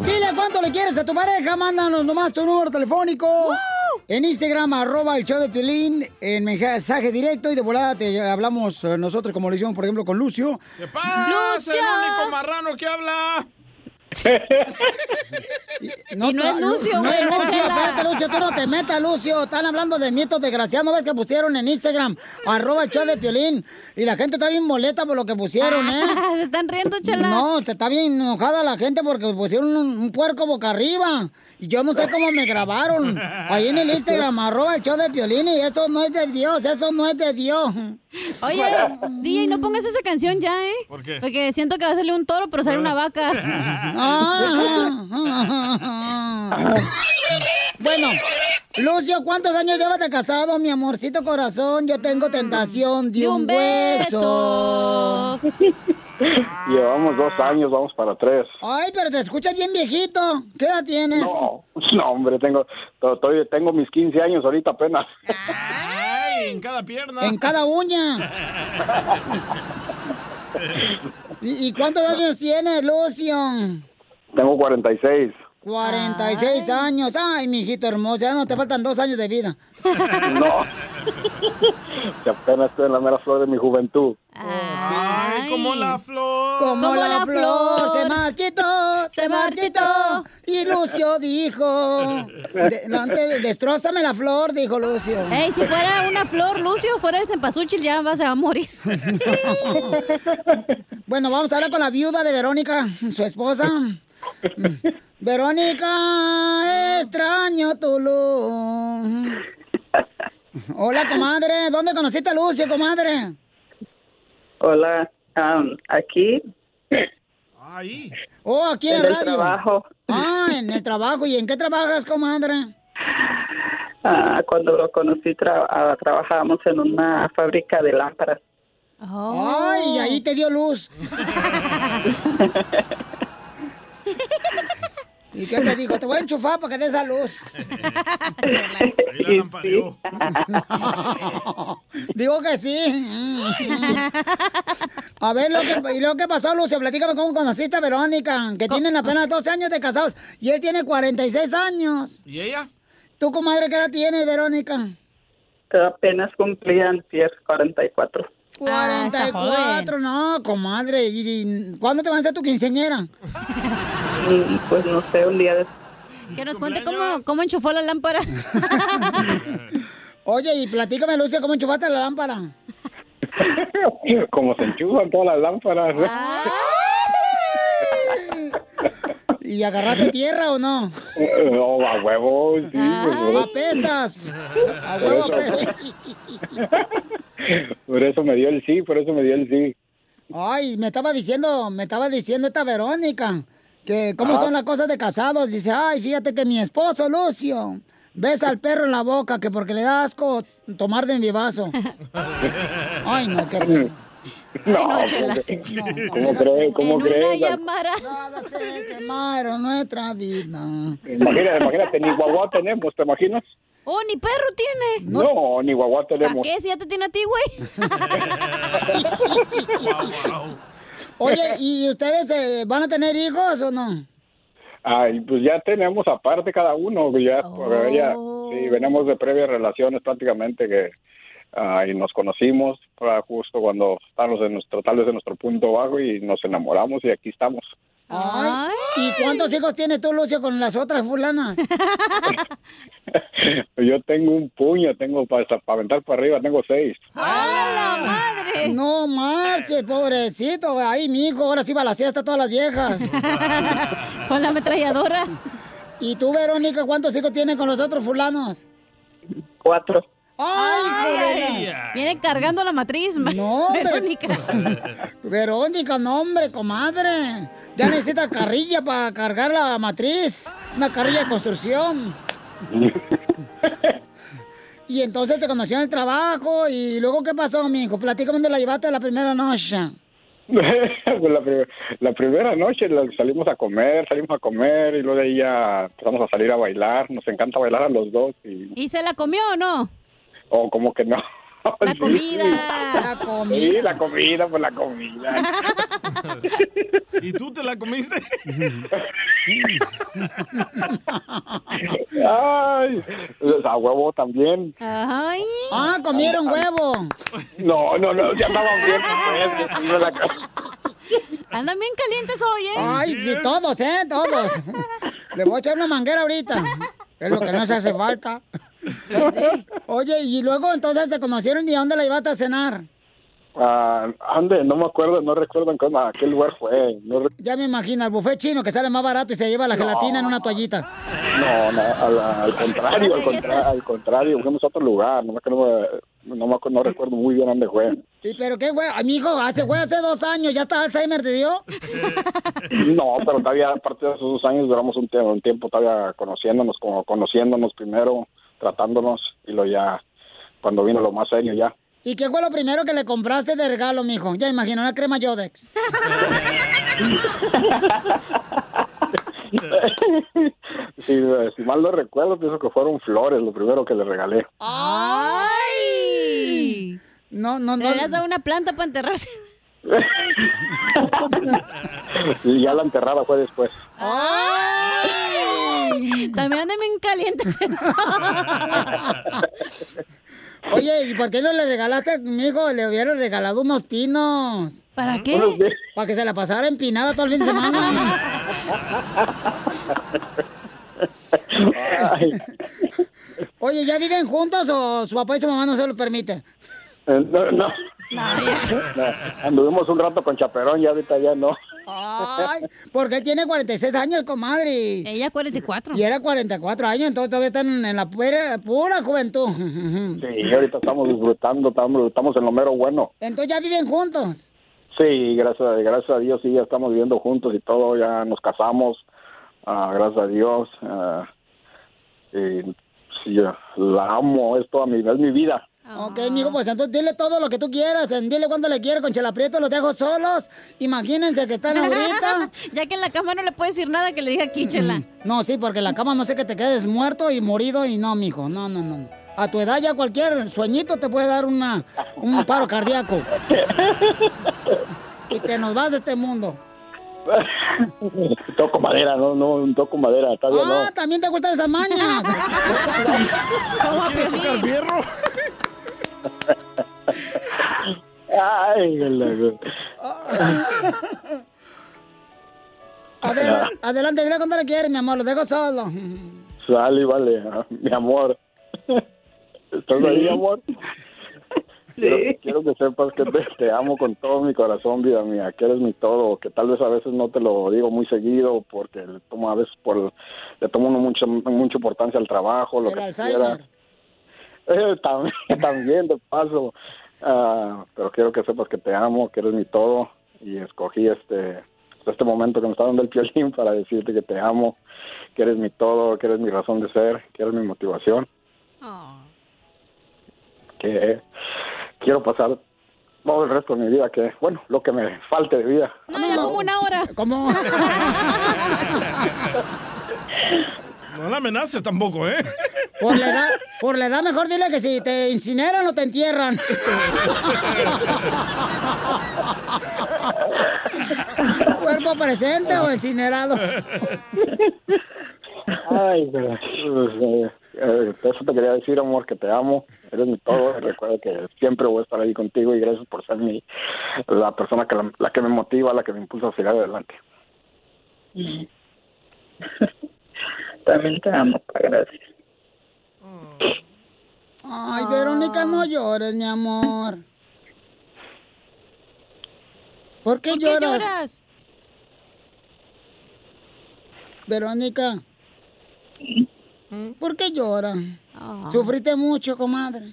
Speaker 2: Dile cuánto le quieres a tu pareja, mándanos nomás tu número telefónico. En Instagram, arroba el show de Piolín, en mensaje directo y de volada te hablamos eh, nosotros, como lo hicimos, por ejemplo, con Lucio.
Speaker 3: ¿Qué pasa? ¡Es el único marrano que habla!
Speaker 5: Y no
Speaker 2: ta-
Speaker 5: es Lucio,
Speaker 2: No,
Speaker 5: güey,
Speaker 2: es Lucio,
Speaker 5: déjala.
Speaker 2: espérate, Lucio, tú no te metas, Lucio. Están hablando de mitos desgraciados. ¿No ves que pusieron en Instagram? Arroba el show de Piolín. Y la gente está bien molesta por lo que pusieron, ¿eh?
Speaker 5: Ah, Se están riendo, chela.
Speaker 2: No, te está bien enojada la gente porque pusieron un, un puerco boca arriba. Y yo no sé cómo me grabaron. Ahí en el Instagram, arroba el show de Piolín. Y eso no es de Dios, eso no es de Dios.
Speaker 5: Oye, DJ, no pongas esa canción ya, ¿eh?
Speaker 2: ¿Por qué?
Speaker 5: Porque siento que va a salir un toro, pero sale una vaca.
Speaker 2: Bueno, Lucio, ¿cuántos años llevas de casado, mi amorcito corazón? Yo tengo tentación de, Mm. un, beso.
Speaker 17: Llevamos dos años, vamos para tres.
Speaker 2: Ay, pero te escuchas bien viejito. ¿Qué edad tienes?
Speaker 17: No, no, hombre, tengo, to- estoy- tengo mis 15 años ahorita apenas.
Speaker 3: ¡Ay! En cada pierna.
Speaker 2: En cada uña. ¿Y, y cuántos años tienes, Lucio?
Speaker 17: Tengo 46.
Speaker 2: 46 años. Ay, mijito hermoso, ya no te faltan dos años de vida.
Speaker 17: No. Que apenas estoy en la mera flor de mi juventud.
Speaker 3: ¡Ay, como la flor!
Speaker 2: Como, la, flor, se marchito, se marchito. Y Lucio dijo, de- no, antes de- destrózame la flor, dijo Lucio.
Speaker 5: Ey, si fuera una flor, Lucio, fuera el cempasúchil, ya vas a morir.
Speaker 2: Bueno, vamos a hablar con la viuda de Verónica, su esposa. Verónica, extraño tu luz. Hola, comadre. ¿Dónde conociste a Lucio, comadre?
Speaker 4: Hola, am, aquí.
Speaker 3: Ahí.
Speaker 2: Oh, aquí en,
Speaker 4: En
Speaker 2: la
Speaker 4: el
Speaker 2: radio.
Speaker 4: trabajo.
Speaker 2: Ah, en el trabajo. ¿Y en qué trabajas, comadre?
Speaker 4: Ah, cuando lo conocí tra- ah, trabajábamos en una fábrica de lámparas.
Speaker 2: Ay, ahí te dio luz. ¿Y qué te dijo? Te voy a enchufar para que des a luz. Digo que sí. A ver, lo que, y lo que pasó, Lucio, platícame cómo conociste a Verónica, que tienen apenas 12 años de casados y él tiene 46 años.
Speaker 3: ¿Y ella?
Speaker 2: ¿Tú, comadre, qué edad tienes, Verónica?
Speaker 4: Apenas cumplían 10, 44.
Speaker 5: Ah, está
Speaker 2: 44, no, comadre. ¿Y, y cuándo te van a hacer tu quinceañera?
Speaker 4: Mm, Pues no sé, un día de...
Speaker 5: Que nos cuente cómo, cómo enchufó la lámpara.
Speaker 2: Oye, y platícame, Lucio, cómo enchufaste la lámpara.
Speaker 17: Como se enchufan todas las lámparas.
Speaker 2: Ah. ¿Y agarraste tierra o no?
Speaker 17: Eh, No, a huevo, sí. pues,
Speaker 2: Ah, Apestas. A
Speaker 17: por,
Speaker 2: huevo
Speaker 17: eso,
Speaker 2: apestas.
Speaker 17: por eso me dio el sí, por eso me dio el sí.
Speaker 2: Ay, me estaba diciendo, me estaba diciendo esta Verónica, que cómo
Speaker 17: Ajá.
Speaker 2: son las cosas de casados. Dice, ay, fíjate que mi esposo, Lucio, besa al perro en la boca, que porque le da asco tomar de mi vaso. Ay, no, qué feo.
Speaker 17: No,
Speaker 2: no,
Speaker 17: ¿cómo
Speaker 2: chela.
Speaker 17: cre- ¿cómo crees? ¿Cómo crees?
Speaker 2: Nada se quemaron nuestra vida.
Speaker 17: Imagínate, imagínate, ni guagua tenemos, ¿te imaginas?
Speaker 5: Oh, ni perro tiene.
Speaker 17: No, ni guagua
Speaker 5: ¿Para
Speaker 17: tenemos.
Speaker 5: qué? Si ya te tiene a ti, güey.
Speaker 2: Oye, ¿y ustedes eh, van a tener hijos o no?
Speaker 17: Ay, pues ya tenemos aparte cada uno, ya, pues, ya, sí, venimos de previas relaciones prácticamente que ah, y nos conocimos ah, justo cuando estábamos en nuestro, tal vez en nuestro punto bajo y nos enamoramos y aquí estamos.
Speaker 2: Ay, ¿Y cuántos hijos tienes tú, Lucio, con las otras fulanas?
Speaker 17: Yo tengo un puño, tengo para pa aventar para arriba, tengo seis.
Speaker 2: No marches, pobrecito. Ahí, mi hijo, ahora sí va a la siesta a todas las viejas.
Speaker 5: con la ametralladora.
Speaker 2: ¿Y tú, Verónica, cuántos hijos tienes con los otros fulanos?
Speaker 4: Cuatro.
Speaker 2: ¡Ay,
Speaker 5: Ay, Viene cargando la matriz, ma- Verónica.
Speaker 2: Verónica! Verónica, no, hombre, comadre. Ya necesita carrilla para cargar la matriz. Una carrilla de construcción. Y entonces te conoció en el trabajo. ¿Y luego qué pasó, mijo? Platícame dónde la llevaste la primera noche.
Speaker 17: Pues la, pri- la primera noche la- salimos a comer, salimos a comer y luego de ahí ya empezamos a salir a bailar. Nos encanta bailar a los dos y
Speaker 5: ¿Y se la comió o no?
Speaker 17: o como que no.
Speaker 5: La comida.
Speaker 2: La
Speaker 17: Sí, la comida, pues la comida.
Speaker 3: ¿Y tú te la comiste?
Speaker 17: Ay, pues, a huevo también.
Speaker 2: Ah, comieron huevo.
Speaker 17: No, no, no, ya estaba bien. Pues, me la ca-
Speaker 5: Andan bien calientes hoy, ¿eh?
Speaker 2: Ay, sí, todos, ¿eh? Todos. Le voy a echar una manguera ahorita. Es lo que no se hace falta. Oye, y luego entonces se conocieron y a dónde la llevaste a cenar.
Speaker 17: Ah, ande, no me acuerdo, no recuerdo en qué, a qué lugar fue. No, re-
Speaker 2: Ya me imagino, al buffet chino que sale más barato y se lleva la gelatina en una toallita.
Speaker 17: no, no, a la- al contrario, al, contra- al contrario, fuimos a otro lugar. No me acuerdo, no, me acuerdo, no recuerdo muy bien dónde fue.
Speaker 2: ¿Y pero qué güey? Ay, mi hijo, hace güey hace dos años, ya está Alzheimer, ¿te dio?
Speaker 17: No, pero todavía, aparte de esos dos años, duramos un tiempo, un tiempo todavía conociéndonos, como conociéndonos primero, tratándonos, y lo ya, cuando vino lo más serio ya.
Speaker 2: ¿Y qué fue lo primero que le compraste de regalo, mijo? Ya imagino, una crema Yodex.
Speaker 17: Si, eh, si mal no recuerdo, pienso que fueron flores lo primero que le regalé.
Speaker 5: ¡Ay!
Speaker 2: No, no,
Speaker 5: no. Deberías dar una planta para enterrarse.
Speaker 17: Y ya la enterrada fue después.
Speaker 5: ¡Ay! También andan bien calientes.
Speaker 2: Oye, ¿y por qué no le regalaste, mijo? Le hubieran regalado unos pinos. Ah,
Speaker 5: ¿Para qué?
Speaker 2: Para que se la pasara empinada todo el fin de semana.
Speaker 17: Ay,
Speaker 2: Oye, ¿ya viven juntos o su papá y su mamá no se lo permiten?
Speaker 17: eh, no, no. No, Anduvimos un rato con Chaperón y ahorita ya no.
Speaker 2: Ay, porque él tiene 46 años, comadre.
Speaker 5: Ella 44.
Speaker 2: Y era 44 años, entonces todavía están en la pura, pura juventud.
Speaker 17: Sí, ahorita estamos disfrutando, estamos, estamos en lo mero bueno.
Speaker 2: Entonces ya viven juntos.
Speaker 17: Sí, gracias, gracias a Dios, sí, ya estamos viviendo juntos y todo, ya nos casamos, ah, gracias a Dios. ah, y, sí, la amo, es toda mi, es mi vida.
Speaker 5: Ah.
Speaker 2: Ok, mijo, pues entonces dile todo lo que tú quieras, en dile cuando le quieres, con Chela Prieto los dejo solos. Imagínense que están ahorita.
Speaker 5: ya que en la cama no le puedes decir nada que le diga aquí, Chela.
Speaker 2: No, sí, porque en la cama no sé que te quedes muerto y morido y no, mijo, no, no, no. A tu edad ya cualquier sueñito te puede dar una, un paro cardíaco. Y te nos vas de este mundo.
Speaker 17: Toco madera, no, no, toco madera, todavía no.
Speaker 2: Ah, también te gustan esas mañas. ¿Cómo
Speaker 3: fierro?
Speaker 17: Ay, la-
Speaker 2: Ah. A ver, adelante, dile cuando le quieres, mi amor, los dejo solos.
Speaker 17: sale y vale, ah, mi amor. ¿Estás ahí, amor? Quiero, quiero que sepas que te, te amo con todo mi corazón, vida mía, que eres mi todo, que tal vez a veces no te lo digo muy seguido porque le tomo a veces por le tomo uno mucha mucha importancia al trabajo, lo
Speaker 2: El
Speaker 17: que
Speaker 2: Alzheimer.
Speaker 17: quiera. Eh, también, también de paso. Ah, pero quiero que sepas que te amo, que eres mi todo y escogí este este momento que me está dando el piolín para decirte que te amo, que eres mi todo, que eres mi razón de ser, que eres mi motivación, que quiero pasar todo el resto de mi vida, que bueno, lo que me falte de vida.
Speaker 5: No, ya como una hora.
Speaker 2: ¿Cómo?
Speaker 3: No la amenaces tampoco, ¿eh?
Speaker 2: Por la edad, por la edad mejor dile que si te incineran o te entierran. Cuerpo presente o incinerado.
Speaker 17: Ay, pero, eh, eh, eso te quería decir, amor, que te amo, eres mi todo, y recuerda que siempre voy a estar ahí contigo y gracias por ser mi, la persona que la, la que me motiva, la que me impulsa a seguir adelante.
Speaker 4: También te amo, pa, gracias.
Speaker 2: Ay, Verónica, no llores, mi amor. ¿Por qué, lloras? Verónica. ¿Por qué lloras? Ah. Sufriste mucho, comadre.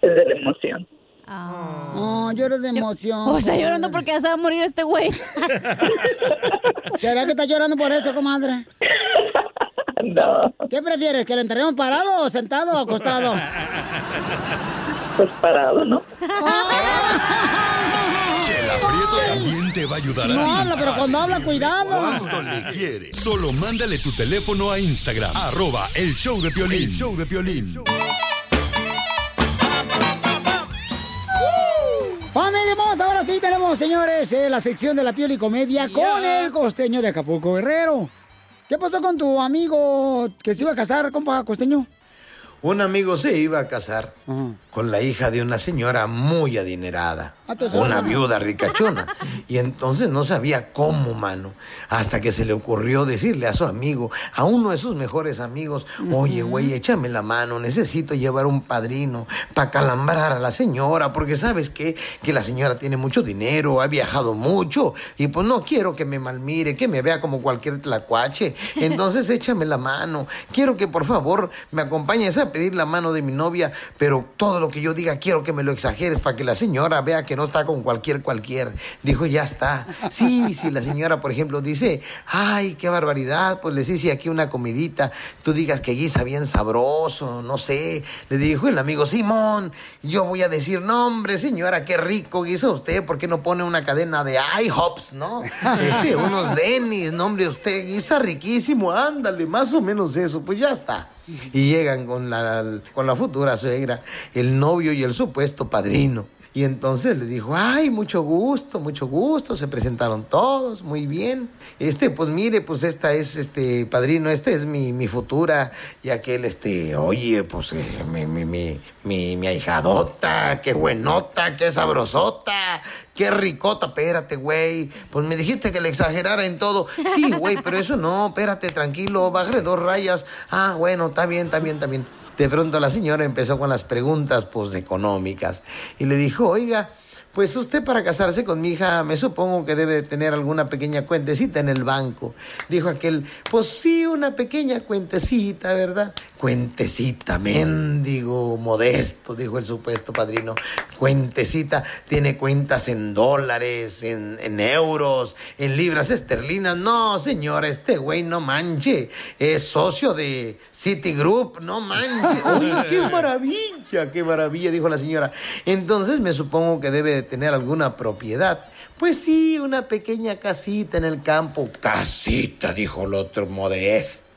Speaker 4: Es de la emoción.
Speaker 2: No, lloro de emoción.
Speaker 5: O sea, llorando porque ya se va a morir este güey.
Speaker 2: ¿Será que está llorando por eso, comadre? ¿Qué prefieres? ¿Que le enterremos parado o sentado o acostado?
Speaker 4: Pues parado, ¿no?
Speaker 5: Ah.
Speaker 1: Chela Prieto también te va a ayudar a
Speaker 2: No
Speaker 1: ti.
Speaker 2: habla, pero cuando habla, cuidado.
Speaker 1: ¿Cuánto le quieres? Solo mándale tu teléfono a Instagram, arroba el show de Piolín. show de Piolín.
Speaker 2: Tenemos, señores, eh, la sección de la Pioli Comedia con el costeño de Acapulco Guerrero. ¿Qué pasó con tu amigo que se iba a casar, compa costeño?
Speaker 14: Un amigo se iba a casar con la hija de una señora muy adinerada,
Speaker 2: Ah, tu
Speaker 14: una
Speaker 2: suegra.
Speaker 14: viuda ricachona. Y entonces no sabía cómo, mano, hasta que se le ocurrió decirle a su amigo, a uno de sus mejores amigos, oye, güey, échame la mano, necesito llevar un padrino para calambrar a la señora, porque sabes qué, que la señora tiene mucho dinero, ha viajado mucho, y pues no quiero que me malmire, que me vea como cualquier tlacuache. Entonces échame la mano, quiero que por favor me acompañes a pedir la mano de mi novia, pero todo lo que yo diga quiero que me lo exageres para que la señora vea que no está con cualquier cualquier. Dijo, ya está. Sí, si la señora, por ejemplo, dice, ay, qué barbaridad, pues les hice aquí una comidita, tú digas que guisa bien sabroso, no sé. Le dijo el amigo, Simón, yo voy a decir, no, hombre, señora, qué rico guisa usted, ¿por qué no pone una cadena de IHOPs, no? Este, unos denis, no, hombre, usted guisa riquísimo, ándale, más o menos eso, pues ya está. Y llegan con la, con la futura suegra, el novio y el supuesto padrino. Y entonces le dijo, ay, mucho gusto, mucho gusto, se presentaron todos, muy bien. Este, pues mire, pues esta es, este, padrino, esta es mi, mi futura. Y aquel, este, oye, pues eh, mi, mi, mi, mi, mi ahijadota, qué buenota, qué sabrosota, qué ricota, espérate, güey. Pues me dijiste que le exagerara en todo. Sí, güey, pero eso no, espérate, tranquilo, bájale dos rayas. Ah, bueno, está bien, está bien, está bien. De pronto la señora empezó con las preguntas pues económicas y le dijo, oiga, pues usted para casarse con mi hija me supongo que debe de tener alguna pequeña cuentecita en el banco. Dijo aquel, pues sí, una pequeña cuentecita, ¿verdad? Cuentecita, mendigo, modesto, dijo el supuesto padrino. Cuentecita, tiene cuentas en dólares, en, en euros, en libras esterlinas. No, señora, este güey no manche. Es socio de Citigroup, no manche. Uy, qué maravilla, qué maravilla, dijo la señora. Entonces me supongo que debe de tener alguna propiedad. Pues sí, una pequeña casita en el campo. Casita, dijo el otro modesto.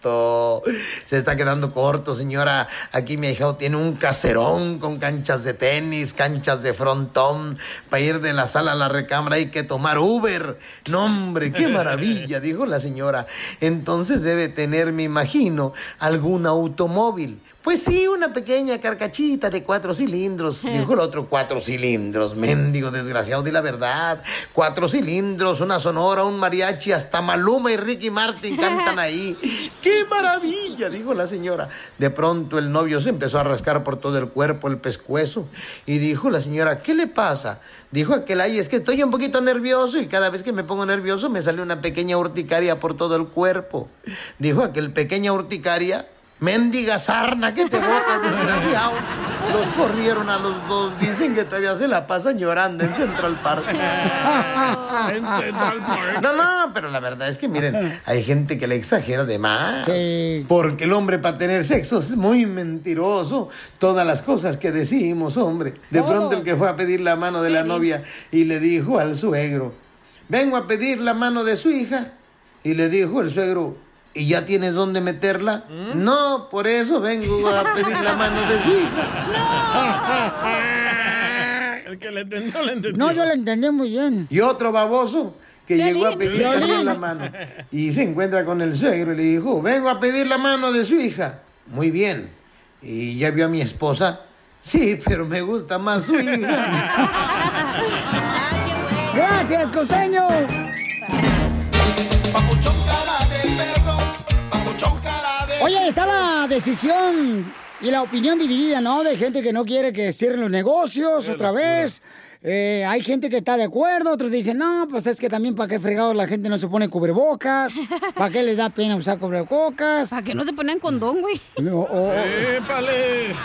Speaker 14: Se está quedando corto, señora. Aquí mi hija tiene un caserón con canchas de tenis, canchas de frontón, para ir de la sala a la recámara hay que tomar Uber. No, hombre, qué maravilla, dijo la señora. Entonces debe tener, me imagino, algún automóvil. Pues sí, una pequeña carcachita de cuatro cilindros, dijo el otro, cuatro cilindros, mendigo desgraciado, di la verdad. Cuatro cilindros, una sonora, un mariachi, hasta Maluma y Ricky Martin cantan ahí. ¡Qué maravilla! dijo la señora. De pronto el novio se empezó a rascar por todo el cuerpo, el pescuezo, y dijo la señora, ¿qué le pasa? Dijo aquel, ay, es que estoy un poquito nervioso y cada vez que me pongo nervioso me sale una pequeña urticaria por todo el cuerpo. Dijo aquel, pequeña urticaria. Mendiga sarna que te botas, desgraciado. Los corrieron a los dos. Dicen que todavía se la pasan llorando en Central Park. No, no, pero la verdad es que miren, hay gente que le exagera de más. Porque el hombre para tener sexo es muy mentiroso. Todas las cosas que decimos, hombre. De pronto el que fue a pedir la mano de la novia y le dijo al suegro, vengo a pedir la mano de su hija. Y le dijo el suegro, ¿y ya tienes dónde meterla? No, por eso vengo a pedir la mano de su hija.
Speaker 3: El que le entendió, le entendió.
Speaker 2: No, yo lo entendí muy bien.
Speaker 14: Y otro baboso que
Speaker 2: Piolín.
Speaker 14: llegó a pedirle
Speaker 2: Piolín.
Speaker 14: la mano. Y se encuentra con el suegro y le dijo, vengo a pedir la mano de su hija. Muy bien. ¿Y ya vio a mi esposa? Sí, pero me gusta más su hija.
Speaker 2: Gracias, costeño. Oye, está la decisión y la opinión dividida, ¿no? De gente que no quiere que cierren los negocios otra vez. Eh, hay gente que está de acuerdo, otros dicen, no, pues es que también para qué fregados la gente no se pone cubrebocas, para qué les da pena usar cubrebocas. Para
Speaker 5: que no se ponen condón, güey.
Speaker 3: ¡Épale!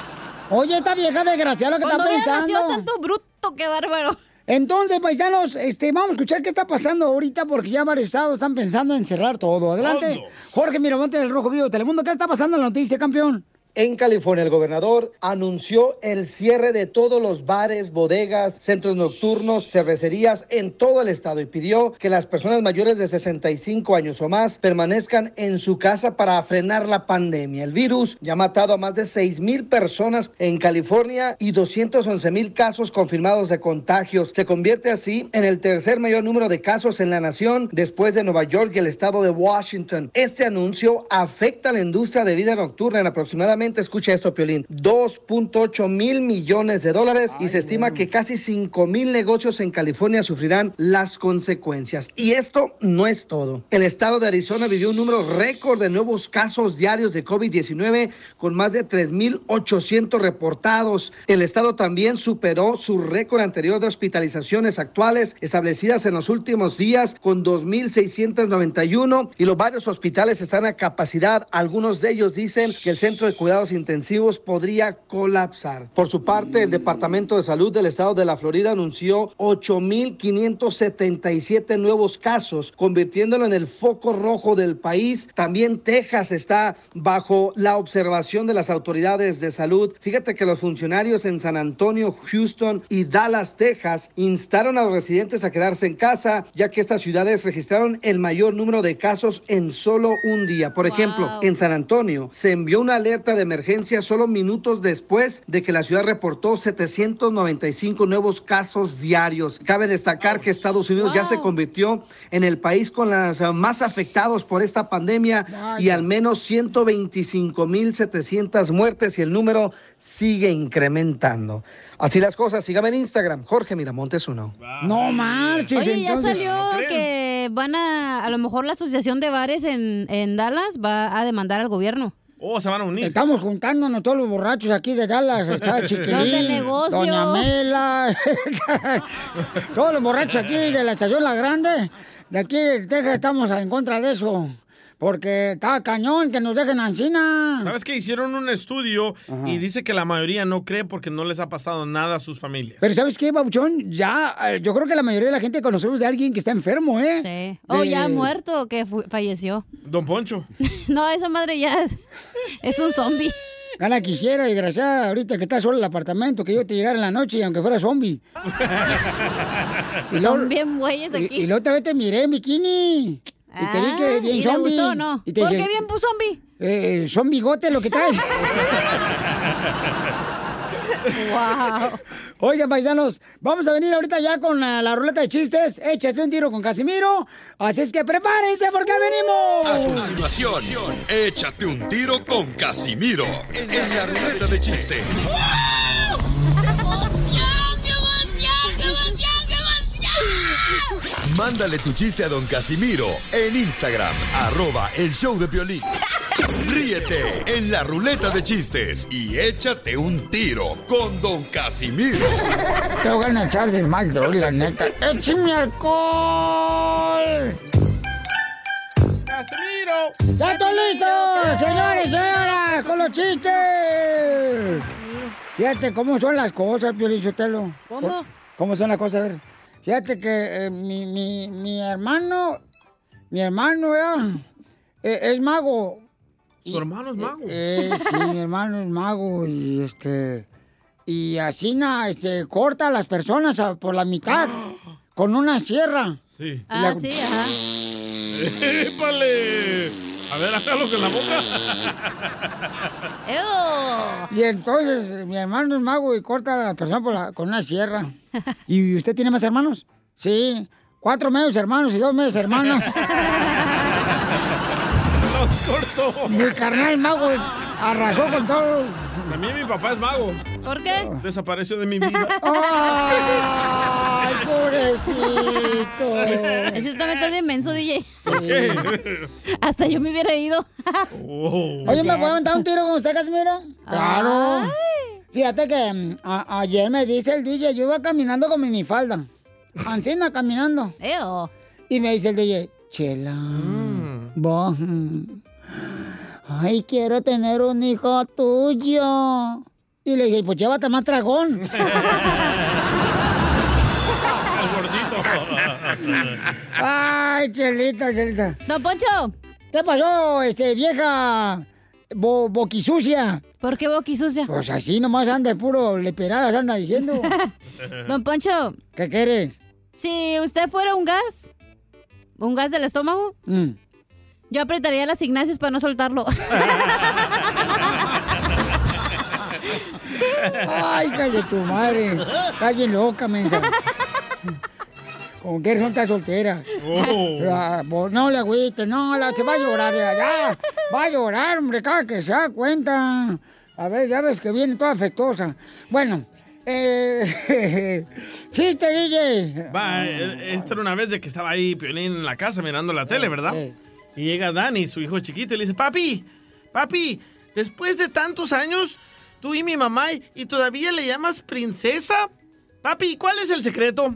Speaker 2: Oye, esta vieja desgraciada lo que
Speaker 5: Cuando
Speaker 2: está
Speaker 5: hubiera
Speaker 2: pensando.
Speaker 5: nacido tanto bruto, qué bárbaro.
Speaker 2: Entonces, paisanos, este, vamos a escuchar qué está pasando ahorita porque ya varios estados están pensando en cerrar todo. Adelante. Jorge Miramonte del Rojo Vivo de Telemundo, ¿qué está pasando en la noticia, campeón?
Speaker 6: En California, el gobernador anunció el cierre de todos los bares, bodegas, centros nocturnos, cervecerías en todo el estado y pidió que las personas mayores de 65 años o más permanezcan en su casa para frenar la pandemia. El virus ya ha matado a más de 6 mil personas en California y 211 mil casos confirmados de contagios. Se convierte así en el tercer mayor número de casos en la nación después de Nueva York y el estado de Washington. Este anuncio afecta a la industria de vida nocturna en aproximadamente, escucha esto, Piolín, 2.8 mil millones de dólares y se estima que casi 5 mil negocios en California sufrirán las consecuencias. Y esto no es todo. El estado de Arizona vivió un número récord de nuevos casos diarios de COVID-19 con más de 3.800 reportados. El estado también superó su récord anterior de hospitalizaciones actuales establecidas en los últimos días con 2.691 y los varios hospitales están a capacidad. Algunos de ellos dicen que el centro de cuidados intensivos podría colapsar. Por su parte, el Departamento de Salud del estado de la Florida anunció 8.577 nuevos casos, convirtiéndolo en el foco rojo del país. También Texas está bajo la observación de las autoridades de salud. Fíjate que los funcionarios en San Antonio, Houston y Dallas, Texas, instaron a los residentes a quedarse en casa, ya que estas ciudades registraron el mayor número de casos en solo un día. Por ejemplo, en San Antonio se envió una alerta de emergencia solo minutos después de que la ciudad reportó 795 nuevos casos diarios. Cabe destacar que Estados Unidos ya se convirtió en el país con las eh, más afectados por esta pandemia y al menos 125.700 muertes y el número sigue incrementando. Así las cosas, sígame en Instagram, Jorge Miramontes uno.
Speaker 2: No marches,
Speaker 5: Oye,
Speaker 2: entonces.
Speaker 5: ya salió que van a, a lo mejor la asociación de bares en, en Dallas va a demandar al gobierno.
Speaker 3: Oh, se van a unir.
Speaker 2: Estamos juntándonos todos los borrachos aquí de Dallas. Está Chiquilín.
Speaker 5: Los de negocios.
Speaker 2: Doña Mela. todos los borrachos aquí de la estación La Grande. De aquí de Texas estamos en contra de eso. Porque está cañón que nos dejen ancina.
Speaker 3: ¿Sabes que hicieron un estudio y dice que la mayoría no cree porque no les ha pasado nada a sus familias?
Speaker 2: Pero ¿sabes qué, Babuchón? Ya, eh, yo creo que la mayoría de la gente conocemos de alguien que está enfermo, ¿eh? Sí.
Speaker 5: O Oh, ya ha muerto, que fu- falleció.
Speaker 3: Don Poncho.
Speaker 5: No, esa madre ya es, es un zombie.
Speaker 2: Gana quisiera, desgraciada, ahorita que estás sola en el apartamento, que yo te llegara en la noche, aunque fuera zombie.
Speaker 5: Son bien güeyes aquí.
Speaker 2: Y, y la otra vez te miré en bikini. Y te vi que
Speaker 5: Ah,
Speaker 2: bien
Speaker 5: ¿y le
Speaker 2: zombie.
Speaker 5: gustó o no?
Speaker 2: Y te
Speaker 5: ¿Por
Speaker 2: dije,
Speaker 5: qué bien puso zombie?
Speaker 2: Eh, son bigotes lo que traes.
Speaker 5: wow.
Speaker 2: Oigan, paisanos, vamos a venir ahorita ya con la, la ruleta de chistes. Échate un tiro con Casimiro. Así es que prepárense porque venimos.
Speaker 1: Continuación, échate un tiro con Casimiro en la ruleta de chistes. Mándale tu chiste a don Casimiro en Instagram, arroba el show de Piolín. Ríete en la ruleta de chistes y échate un tiro con don Casimiro.
Speaker 2: Te voy a echar de mal, droga, la neta. ¡Échame alcohol!
Speaker 3: ¡Casimiro!
Speaker 2: ¡Ya estoy listo! ¡Señores, señoras! ¡Con los chistes! Fíjate cómo son las cosas, Piolichotelo.
Speaker 5: ¿Cómo?
Speaker 2: ¿Cómo son las cosas? A ver. Fíjate que eh, mi, mi- mi hermano. Mi hermano, ¿verdad? Eh, es mago.
Speaker 3: Su hermano es mago.
Speaker 2: Eh, sí, mi hermano es mago y este. Y así na, este, corta a las personas a- por la mitad con una sierra.
Speaker 3: Sí.
Speaker 2: Ah, La- sí,
Speaker 5: ajá.
Speaker 3: ¡Épale! A ver, hágalo con la boca.
Speaker 2: Y entonces eh, mi hermano es mago y corta a la persona por la- con una sierra. ¿Y usted tiene más hermanos? Sí, cuatro medios hermanos y dos medios hermanas.
Speaker 3: Los corto.
Speaker 2: mi carnal mago arrasó con todo. Ah.
Speaker 3: También mi papá es mago.
Speaker 5: ¿Por qué?
Speaker 3: Desapareció de mi vida.
Speaker 2: ¡Ay, pobrecito!
Speaker 5: Ese también está bien menso, DJ.
Speaker 3: ¿Qué?
Speaker 5: Hasta yo me hubiera ido.
Speaker 2: Oye, ¿me puedo aventar un tiro con usted, Casimiro? Claro.
Speaker 5: Ay.
Speaker 2: Fíjate que mm, a- ayer me dice el DJ, yo iba caminando con minifalda. Ancina caminando. Y me dice el DJ, Chela, vos, mm, ay, quiero tener un hijo tuyo. Y le dije, pues llévate más dragón. Ay, Chelita, Chelita.
Speaker 5: Don Poncho.
Speaker 2: ¿Qué pasó, este, vieja? bo- boquisucia.
Speaker 5: ¿Por qué boquisucia?
Speaker 2: Pues así nomás anda de puro leperadas, anda diciendo.
Speaker 5: Don Poncho.
Speaker 2: ¿Qué quiere?
Speaker 5: Si usted fuera un gas, un gas del estómago,
Speaker 2: Mm.
Speaker 5: yo apretaría las ignacias para no soltarlo.
Speaker 2: Eh. Ay, calle tu madre. Calle loca, mensa. Con que son tan soltera.
Speaker 13: Oh.
Speaker 2: La- bo- no le agüites, no, la, se va a llorar ya, ya. Va a llorar, hombre, cada que se da cuenta. A ver, ya ves que viene toda afectuosa. Bueno, eh, chiste, DJ.
Speaker 3: Va, eh, esta era una vez de que estaba ahí Piolín en la casa mirando la
Speaker 2: Eh,
Speaker 3: tele, ¿verdad? Y llega Dani, su hijo chiquito, y le dice, papi, papi, después de tantos años, tú y mi mamá, y- ¿y todavía le llamas princesa? Papi, ¿cuál es el secreto?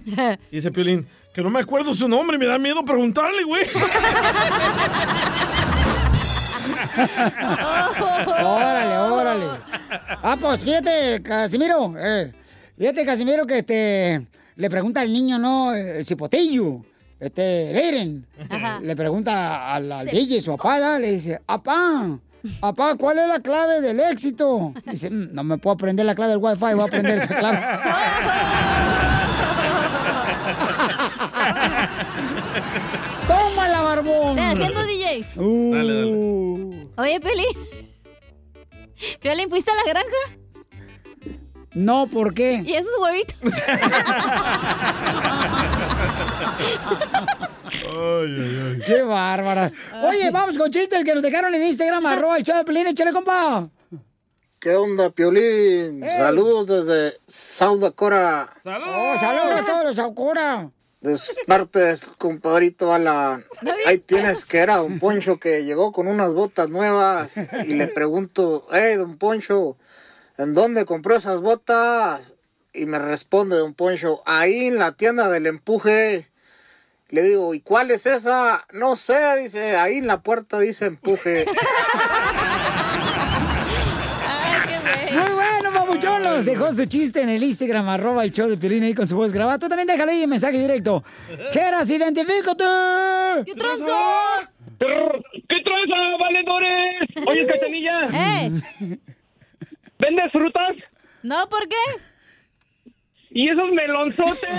Speaker 3: Y dice Piolín, que no me acuerdo su nombre, me da miedo preguntarle, güey.
Speaker 2: órale, órale. Ah, pues fíjate, Casimiro. eh, fíjate, Casimiro, que este, le pregunta al niño, ¿no? El cipotillo. Este, Leren.
Speaker 13: Ajá.
Speaker 2: Le pregunta al, al
Speaker 13: Sí.
Speaker 2: DJ, su papá, ¿da? le dice, apá, apá, ¿cuál es la clave del éxito? Dice, "Mm, no me puedo aprender la clave del wifi, voy a aprender esa clave. ¡Tómala, barbón! Uh.
Speaker 5: Te defiendo, DJ.
Speaker 3: Dale, dale.
Speaker 5: Oye, Piolín. Piolín, ¿fuiste a la granja?
Speaker 2: No, ¿por qué?
Speaker 5: ¿Y esos huevitos?
Speaker 2: ¡Qué bárbara!
Speaker 13: Ah.
Speaker 2: Oye, vamos con chistes que nos dejaron en Instagram, arroba el show de Pelín, échale, compa. Eh.
Speaker 16: ¿Qué onda, Piolín? Saludos desde South Dakota.
Speaker 3: ¡Saludos!
Speaker 2: Oh, saludos a todos los Saucora.
Speaker 16: De Pues, parte de su compadrito Alan. Ahí tienes que era Don Poncho que llegó con unas botas nuevas y le pregunto, hey, Don Poncho, ¿en dónde compró esas botas? Y me responde Don Poncho, ahí en la tienda del empuje. Le digo, ¿y cuál es esa? No sé, dice, ahí en la puerta dice empuje.
Speaker 2: Muy bueno, papuchón. Nos dejó su chiste en el Instagram, arroba el show de Pelín ahí con su voz grabada. Tú también déjale ahí un mensaje directo. Geras, identifícate. ¿Qué
Speaker 13: tranza?
Speaker 12: ¿Qué tranza, valedores? Oye, Cachanilla. ¿Vendes frutas?
Speaker 5: No, ¿por qué?
Speaker 12: ¿Y esos melonzotes?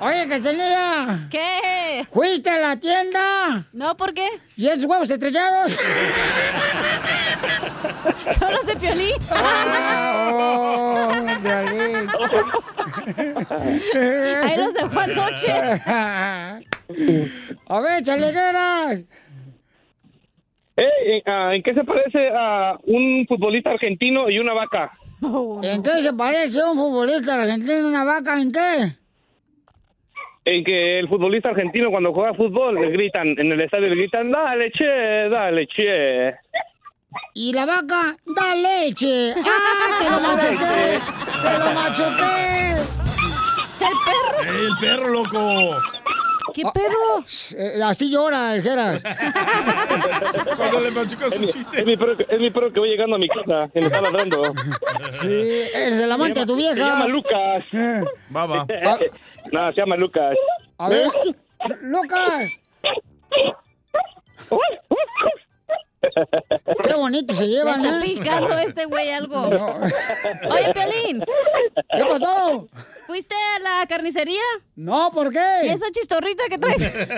Speaker 2: Oye, Cachanilla.
Speaker 5: ¿Qué?
Speaker 2: ¿Fuiste a la tienda?
Speaker 5: No, ¿por qué?
Speaker 2: ¿Y esos huevos estrellados?
Speaker 5: Son los de Piolín.
Speaker 2: Oh, Piolín.
Speaker 13: Ahí los dejó anoche.
Speaker 2: A ver, chalegueras.
Speaker 12: Eh, ¿en, ah, ¿En qué se parece a un futbolista argentino y una vaca?
Speaker 2: ¿En qué se parece un futbolista argentino a una vaca? ¿En qué?
Speaker 12: En que el futbolista argentino cuando juega fútbol le gritan, en el estadio le gritan, dale che, dale che.
Speaker 2: Y la vaca da leche. ¡Ah, te lo machuqué! ¡Te lo machuqué! ¡El perro!
Speaker 3: ¡Ey, el perro, loco!
Speaker 2: ¿Qué perro? Eh, así llora el Geras.
Speaker 12: Cuando le machucas un chiste. Es mi, perro, que- es mi perro que voy llegando a mi casa, que me está ladrando.
Speaker 2: Sí, es el amante de tu vieja.
Speaker 12: Se llama Lucas.
Speaker 3: Va, va.
Speaker 12: no, se llama Lucas.
Speaker 2: A ver, Lucas. Qué bonito se
Speaker 5: Le
Speaker 2: llevan,
Speaker 5: está
Speaker 2: ¿eh?
Speaker 5: picando este güey algo. Oye, Piolín.
Speaker 2: ¿Qué pasó?
Speaker 5: ¿Fuiste a la carnicería?
Speaker 2: No, ¿por qué?
Speaker 5: ¿Y esa chistorrita que traes?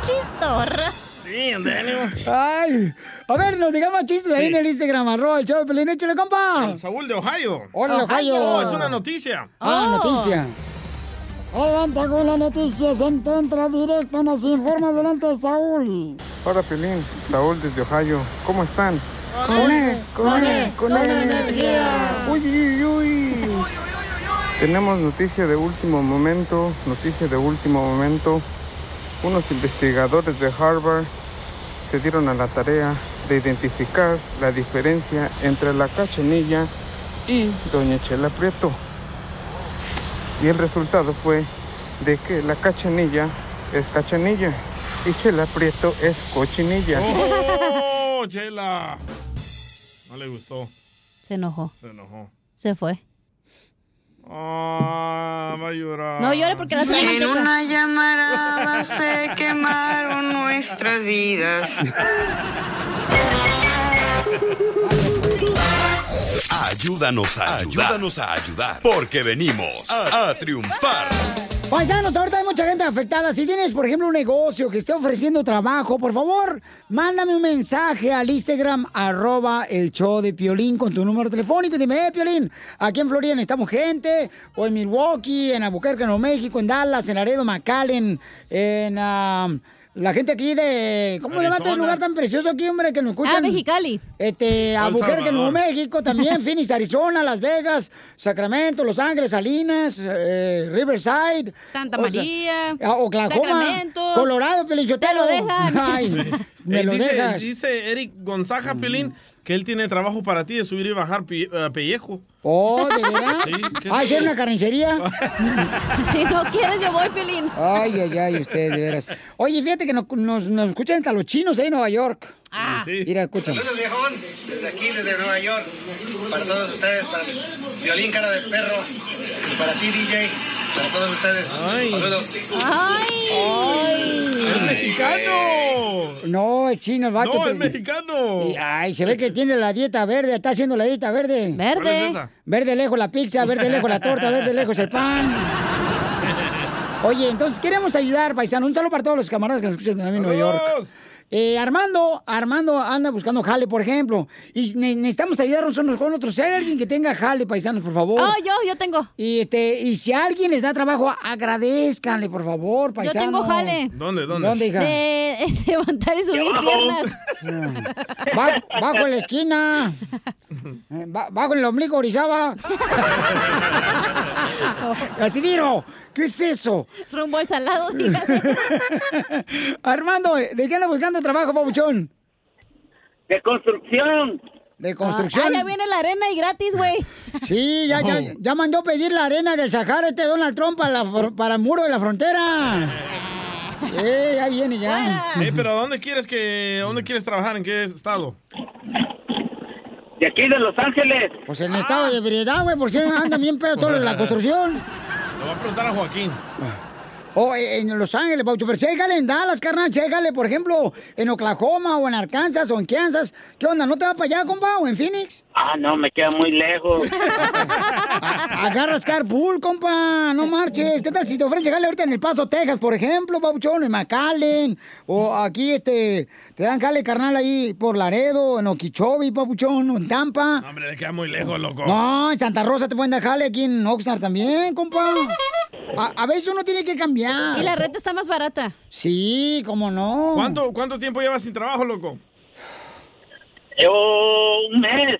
Speaker 5: Chistorra.
Speaker 3: Sí, Antonio.
Speaker 2: Ay, a ver, nos digamos chistes ahí en el Instagram, arroba el show de Pelín, échale, compa.
Speaker 3: El Saúl de Ohio.
Speaker 2: Hola, Ohio.
Speaker 3: Oh, es una noticia.
Speaker 2: Ah, noticia.
Speaker 25: Adelante con la noticia, se encuentra directo, nos informa adelante Saúl.
Speaker 26: Hola Piolín, Saúl desde Ohio, ¿cómo están?
Speaker 25: Con E, con E, con E.
Speaker 26: Uy, uy, uy, uy. Tenemos noticia de último momento, noticia de último momento. Unos investigadores de Harvard se dieron a la tarea de identificar la diferencia entre la cachanilla y doña Chela Prieto. Y el resultado fue de que la cachanilla es cachanilla y Chela Prieto es cochinilla.
Speaker 3: ¡Oh, Chela! No le gustó.
Speaker 5: Se enojó.
Speaker 3: Se enojó.
Speaker 5: Se fue.
Speaker 3: Ah, va a llorar.
Speaker 5: No llore porque la sala
Speaker 13: En
Speaker 5: manteca.
Speaker 13: una llamarada se quemaron nuestras vidas.
Speaker 1: Ayúdanos a ayudar. Ayúdanos a ayudar. Porque venimos a, a triunfar.
Speaker 2: Paisanos, ahorita hay mucha gente afectada. Si tienes, por ejemplo, un negocio que esté ofreciendo trabajo, por favor, mándame un mensaje al Instagram, arroba el show de Piolín con tu número telefónico. Y dime, eh, Piolín, aquí en Florida necesitamos gente, o en Milwaukee, en Albuquerque, en Nuevo México, en Dallas, en Laredo, McAllen, en... ah, la gente aquí de... ¿Cómo se llama este
Speaker 5: Arizona.
Speaker 2: lugar tan precioso aquí, hombre, que nos escuchan?
Speaker 5: Ah, Mexicali.
Speaker 2: Este,
Speaker 5: El
Speaker 2: Albuquerque, Nuevo
Speaker 5: Salvador.
Speaker 2: México también, Phoenix, Arizona, Las Vegas, Sacramento, Los Ángeles, Salinas, eh, Riverside.
Speaker 5: Santa
Speaker 2: o sea,
Speaker 5: María,
Speaker 2: a Oklahoma,
Speaker 5: Sacramento.
Speaker 2: Colorado, Pelichotero.
Speaker 5: Te lo dejan.
Speaker 2: Ay, me
Speaker 3: Él
Speaker 2: lo
Speaker 3: dice,
Speaker 2: dejas. Mm.
Speaker 3: dice Eric Gonzaga Piolín que él tiene trabajo para ti de subir y bajar pi- eh, pellejo.
Speaker 2: Oh, ¿de veras?
Speaker 3: Sí, ¿qué
Speaker 2: ¿Va a
Speaker 3: es
Speaker 2: ser
Speaker 3: eso?
Speaker 2: una carnicería?
Speaker 5: si no quieres, yo voy, Pelín.
Speaker 2: Ay, ay, ay, ustedes, de veras. Oye, fíjate que no- nos, nos escuchan hasta los chinos ahí en Nueva York.
Speaker 5: Ah.
Speaker 2: sí. Mira, escúchame.
Speaker 23: Saludos, viejón. Desde aquí, desde Nueva York. Para todos ustedes, para Violín Cara de Perro. Y para ti, DJ. Para todos ustedes. Saludos.
Speaker 2: ¡Ay!
Speaker 23: ¡Es
Speaker 3: mexicano!
Speaker 2: No, es chino el vato.
Speaker 3: No, es
Speaker 2: pero-
Speaker 3: mexicano.
Speaker 2: Y, Ay, se ve que tiene la dieta verde, está haciendo la dieta verde. Verde.
Speaker 3: ¿Cuál es esa?
Speaker 2: Verde lejos la pizza, verde lejos la torta, verde lejos el pan. Oye, entonces queremos ayudar, paisano. Un saludo para todos los camaradas que nos escuchan también en Nueva York. Eh, Armando, Armando anda buscando jale, por ejemplo. Y ne- necesitamos ayudarnos unos con otros. Si hay alguien que tenga jale, paisanos, por favor.
Speaker 5: Oh, yo, yo tengo.
Speaker 2: Y este, y si alguien les da trabajo, agradezcanle, por favor,
Speaker 5: Yo
Speaker 2: paisanos.
Speaker 5: tengo jale.
Speaker 3: ¿Dónde, dónde?
Speaker 2: ¿Dónde, hija? Eh,
Speaker 5: De levantar y subir
Speaker 2: Abajo.
Speaker 5: piernas.
Speaker 2: Ba- bajo en la esquina. Eh, ba- bajo en el ombligo, Orizaba. Casimiro, ¿qué es eso?
Speaker 5: Rumbo al salado.
Speaker 2: Armando, ¿de qué anda buscando trabajo, pabuchón?
Speaker 27: De construcción.
Speaker 2: De construcción.
Speaker 5: Ah, ya viene la arena y gratis, güey.
Speaker 2: Sí, ya, ya, ya mandó pedir la arena del Sahara este Donald Trump para, la fr- para el muro de la frontera. Eh, ya viene, ya.
Speaker 3: Eh, pero ¿dónde quieres que dónde quieres trabajar? ¿En qué estado?
Speaker 27: De aquí de Los Ángeles.
Speaker 2: Pues en estado de ebriedad, güey, por si andan bien pedo todos los de la construcción.
Speaker 3: Le voy a preguntar a Joaquín.
Speaker 2: O eh, en Los Ángeles, Paucho, pero chécale en Dallas, carnal, chécale, por ejemplo, en Oklahoma o en Arkansas o en Kansas. ¿Qué onda? ¿No te va para allá, compa? ¿O en Phoenix?
Speaker 27: Ah, no, me queda muy lejos.
Speaker 2: Agarras carpool, compa, no marches. ¿Qué tal si te ofrecen llegarle ahorita en El Paso, Texas, por ejemplo, Pauchón, en McAllen? O aquí, este, te dan jale, carnal, ahí por Laredo, en Okeechobee, Pauchón, o en Tampa.
Speaker 3: Hombre, le queda muy lejos, loco.
Speaker 2: No, en Santa Rosa te pueden dar jale, aquí en Oxnard también, compa. A, a veces uno tiene que cambiar.
Speaker 5: Y la renta está más barata.
Speaker 2: Sí, cómo no.
Speaker 3: ¿Cuánto, ¿Cuánto tiempo llevas sin trabajo, loco?
Speaker 27: Llevo un mes.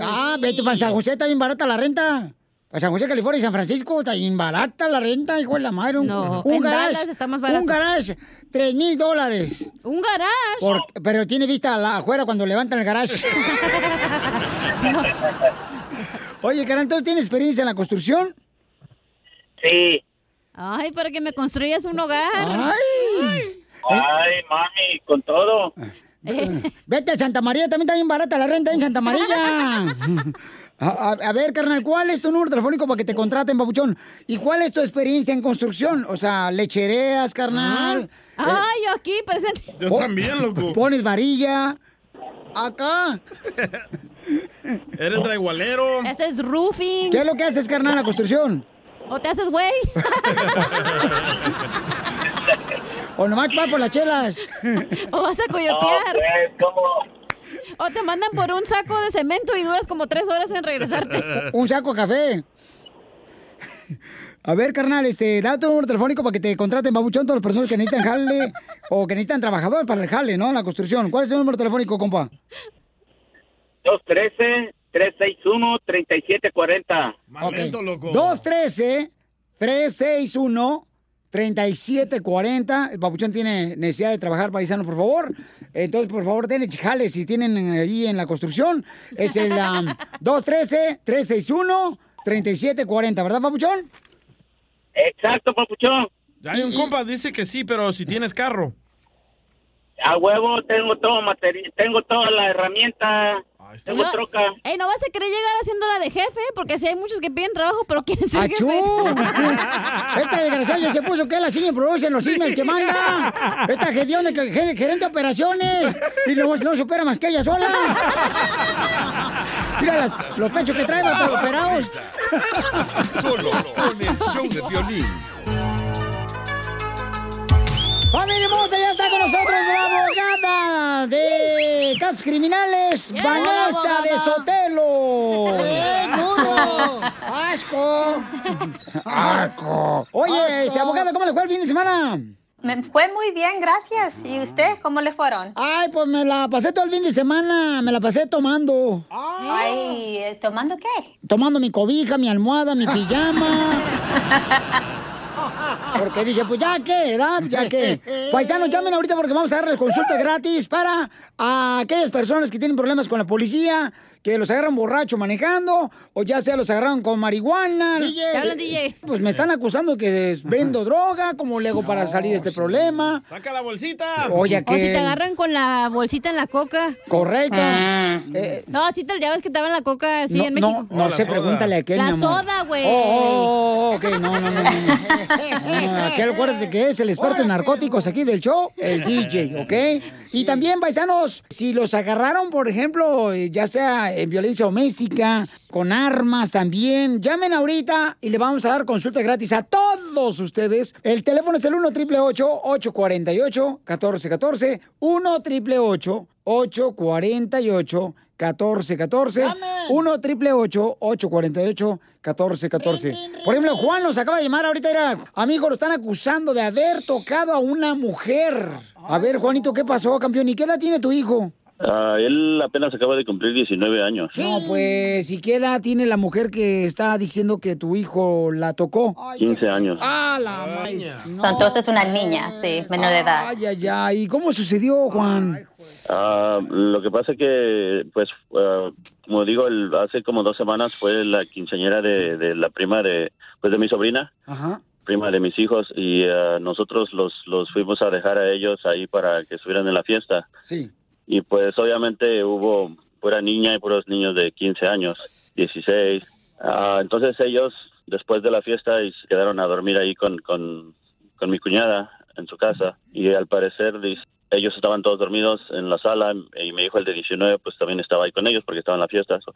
Speaker 2: Ah, vete para San José, está bien barata la renta. Para San José, California y San Francisco, está bien barata la renta, hijo de la madre. Un,
Speaker 5: No,
Speaker 2: un
Speaker 5: en
Speaker 2: garage.
Speaker 5: Dallas está más barato.
Speaker 2: Un garage, tres mil dólares.
Speaker 5: ¿Un garage?
Speaker 2: Por- pero tiene vista a la afuera cuando levantan el garage. Oye, carnal, ¿entonces tienes experiencia en la construcción?
Speaker 27: Sí.
Speaker 5: Ay, para que me construyas un hogar.
Speaker 2: Ay.
Speaker 27: Ay, mami, con todo.
Speaker 2: Eh. Vete a Santa María, también está bien barata la renta en Santa María. A, a- a ver, carnal, ¿cuál es tu número telefónico para que te contraten, papuchón? ¿Y cuál es tu experiencia en construcción? O sea, lechereas, carnal.
Speaker 5: Ah.
Speaker 2: Oh.
Speaker 5: Ay, yo aquí presente.
Speaker 2: Yo también, loco. Pones varilla. Acá.
Speaker 3: ¿Eres draigualero?
Speaker 5: Haces roofing.
Speaker 2: ¿Qué es lo que haces, carnal, en la construcción?
Speaker 5: O te haces güey.
Speaker 2: ¿O nomás vas por las chelas?
Speaker 5: o vas a coyotear. O te mandan por un saco de cemento y duras como tres horas en regresarte.
Speaker 2: Un saco de café. A ver, carnal, este, da tu número telefónico para que te contraten, babuchón, todas las personas que necesitan jale o que necesitan trabajadores para el jale, ¿no? En la construcción. ¿Cuál es tu número telefónico, compa?
Speaker 27: 213-361-3740.
Speaker 2: Ok. 213-361-3740. El papuchón tiene necesidad de trabajar, paisano, por favor. Entonces, por favor, den chale si tienen eh, ahí en la construcción. Es el am, 213-361-3740, ¿verdad, papuchón?
Speaker 27: Exacto, papuchón.
Speaker 3: Ya Hay un compa, dice que sí, pero si tienes carro.
Speaker 27: A huevo tengo todo material, tengo toda la herramienta. Tengo
Speaker 5: No-
Speaker 27: troca.
Speaker 5: Ey, no vas a querer llegar haciéndola de jefe, porque si hay muchos que piden trabajo, pero quieren ser
Speaker 2: ¡Achú!
Speaker 5: jefes.
Speaker 2: Esta desgraciada Este ya se puso que la señora produce los emails que manda. Esta gestión de gerente de operaciones. Y luego no supera más que ella sola. Mira las- los pechos que trae, todos operados.
Speaker 1: Solo con el show de violín.
Speaker 2: ¡Familia hermosa! Ya está con nosotros la abogada de casos criminales, Vanessa
Speaker 13: Hola,
Speaker 2: de
Speaker 13: abogada.
Speaker 2: Sotelo.
Speaker 13: ¡Qué
Speaker 2: duro! ¡Asco! ¡Asco! Oye, este, abogada, ¿cómo le fue el fin de semana?
Speaker 8: Me fue muy bien, gracias. ¿Y usted cómo le fueron?
Speaker 2: Ay, pues me la pasé todo el fin de semana, me la pasé tomando.
Speaker 8: Ay, eh, ¿tomando qué?
Speaker 2: Tomando mi cobija, mi almohada, mi pijama. Porque dije, pues ya qué, ¿da? ya qué. Paisanos, llamen ahorita porque vamos a darles consulta gratis para a aquellas personas que tienen problemas con la policía, que los agarran borracho manejando, o ya sea los agarraron con marihuana.
Speaker 5: DJ. Te hablan, DJ.
Speaker 2: Pues me están acusando que vendo droga, ¿cómo le hago para salir de este problema?
Speaker 3: ¡Saca la bolsita!
Speaker 2: Oye,
Speaker 5: O si
Speaker 2: aquel.
Speaker 5: te agarran con la bolsita en la coca. Mm.
Speaker 2: Correcto. Eh,
Speaker 5: no, así te ya ves que te daban la coca así
Speaker 2: no,
Speaker 5: en
Speaker 2: no,
Speaker 5: México.
Speaker 2: no sé, pregúntale a aquel,
Speaker 5: La
Speaker 2: mi amor.
Speaker 5: soda, güey.
Speaker 2: Oh, oh, oh, ok, no, no, no, no. no. No, aquel, acuérdate que es el experto en narcóticos aquí del show, el DJ, ¿ok? Y también, paisanos, si los agarraron, por ejemplo, eh, ya sea en violencia doméstica, con armas también, llamen ahorita y le vamos a dar consulta gratis a todos ustedes. El teléfono es el 1 848 1414 1 888 848 1414 1 888 848 1414 Por ejemplo, Juan nos acaba de llamar ahorita. Era, amigo, lo están acusando de haber tocado a una mujer. A ver, Juanito, ¿qué pasó, campeón? ¿Y qué edad tiene tu hijo?
Speaker 28: Ah, él apenas acaba de cumplir 19 años.
Speaker 2: No, pues, ¿y qué edad tiene la mujer que está diciendo que tu hijo la tocó?
Speaker 28: 15 años.
Speaker 2: ¡Ah, la madre!
Speaker 8: Son Entonces una niña, sí, menor de edad.
Speaker 2: Ay, ay, ay. ¿Y cómo sucedió, Juan?
Speaker 28: Ah, lo que pasa que, pues, ah, como digo, el- hace como dos semanas fue la quinceañera de, de la prima de, pues, de mi sobrina,
Speaker 2: Ajá.
Speaker 28: prima de mis hijos, y ah, nosotros los, los fuimos a dejar a ellos ahí para que estuvieran en la fiesta.
Speaker 2: Sí.
Speaker 28: Y pues, obviamente, hubo pura niña y puros niños de 15 años, 16. Ah, entonces ellos, después de la fiesta, y se quedaron a dormir ahí con, con, con mi cuñada en su casa y al parecer dis- ellos estaban todos dormidos en la sala y me dijo el de 19 pues también estaba ahí con ellos porque estaba en la fiesta. So,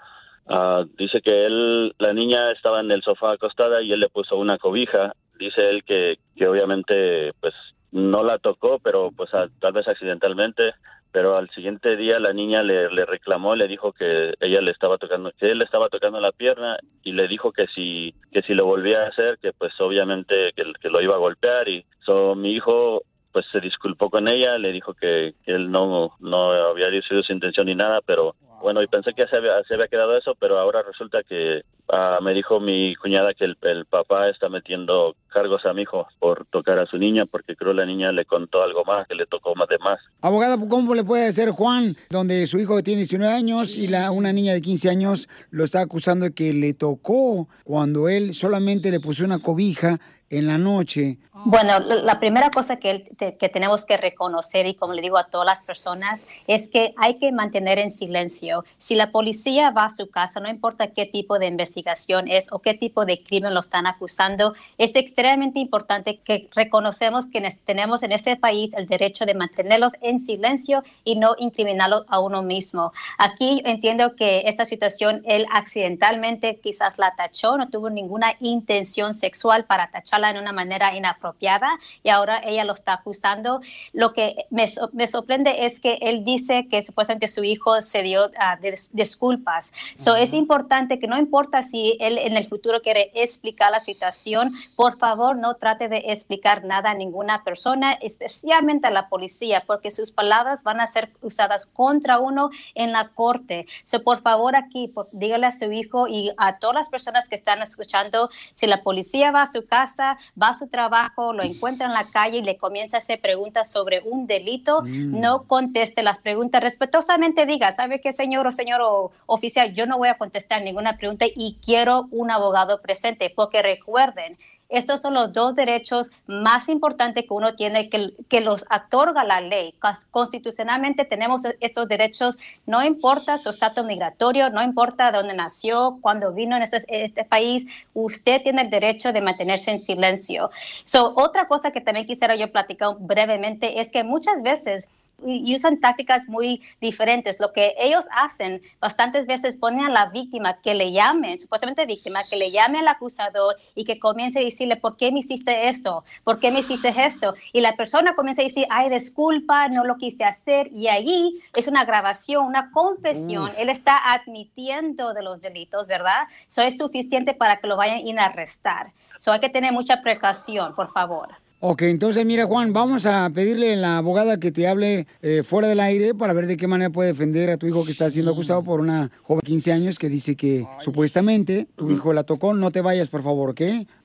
Speaker 28: ah, dice que él, la niña estaba en el sofá acostada y él le puso una cobija. Dice él que, que obviamente pues no la tocó pero pues a- tal vez accidentalmente pero al siguiente día la niña le, le reclamó le dijo que ella le estaba tocando que él le estaba tocando la pierna y le dijo que si que si lo volvía a hacer que pues obviamente que, que lo iba a golpear y so mi hijo pues se disculpó con ella le dijo que, que él no no había sido su intención ni nada pero bueno y pensé que se había, se había quedado eso pero ahora resulta que ah, me dijo mi cuñada que el, el papá está metiendo cargos a mi hijo por tocar a su niña porque creo la niña le contó algo más que le tocó más de más
Speaker 2: Abogada, ¿cómo le puede hacer Juan, donde su hijo tiene 19 años y la, una niña de 15 años lo está acusando de que le tocó cuando él solamente le puso una cobija en la noche?
Speaker 8: Bueno, la, la primera cosa que, él- te- que tenemos que reconocer y como le digo a todas las personas es que hay que mantener en silencio. Si la policía va a su casa, no importa qué tipo de investigación es o qué tipo de crimen lo están acusando, es extremadamente importante que reconocemos que nes- tenemos en este país el derecho de mantenerlos en silencio y no incriminarlos a uno mismo. Aquí entiendo que esta situación, él accidentalmente quizás la tachó, no tuvo ninguna intención sexual para tacharla en una manera inapropiada y ahora ella lo está acusando. Lo que me, so- me sorprende es que él dice que supuestamente su hijo se dio ah, des- disculpas. So, Es importante que no importa si él en el futuro quiere explicar la situación, por favor no trate de explicar nada a ninguna persona, especialmente a la policía, porque sus palabras van a ser usadas contra uno en la corte. So, por favor aquí, por- dígale a su hijo y a todas las personas que están escuchando, si la policía va a su casa, va a su trabajo, lo encuentra en la calle y le comienza a hacer preguntas sobre un delito,
Speaker 18: Mm.
Speaker 8: no conteste las preguntas. Respetuosamente diga, ¿sabe qué, señor o señor o- oficial? Yo no voy a contestar ninguna pregunta y quiero un abogado presente, porque recuerden, Estos son los dos derechos más importantes que uno tiene, que, que los otorga la ley. Cons- Constitucionalmente tenemos e-, estos derechos, no importa su estatus migratorio, no importa dónde nació, cuándo vino en este, este país, usted tiene el derecho de mantenerse en silencio. So, otra cosa que también quisiera yo platicar brevemente es que muchas veces y y usan tácticas muy diferentes. Lo que ellos hacen bastantes veces ponen a la víctima que le llame, supuestamente víctima, que le llame al acusador y que comience a decirle, ¿por qué me hiciste esto? ¿Por qué me hiciste esto? Y la persona comienza a decir, ay, disculpa, no lo quise hacer. Y ahí es una grabación, una confesión.
Speaker 22: Uf.
Speaker 8: Él está admitiendo de los delitos, ¿verdad? Eso es suficiente para que lo vayan a arrestar. Eso hay que tener mucha precaución, por favor.
Speaker 2: Ok, entonces mira Juan, vamos a pedirle a la abogada que te hable eh, fuera del aire para ver de qué manera puede defender a tu hijo que está siendo acusado por una joven de 15 años que dice que supuestamente tu hijo la tocó. No te vayas, por favor, ¿ok?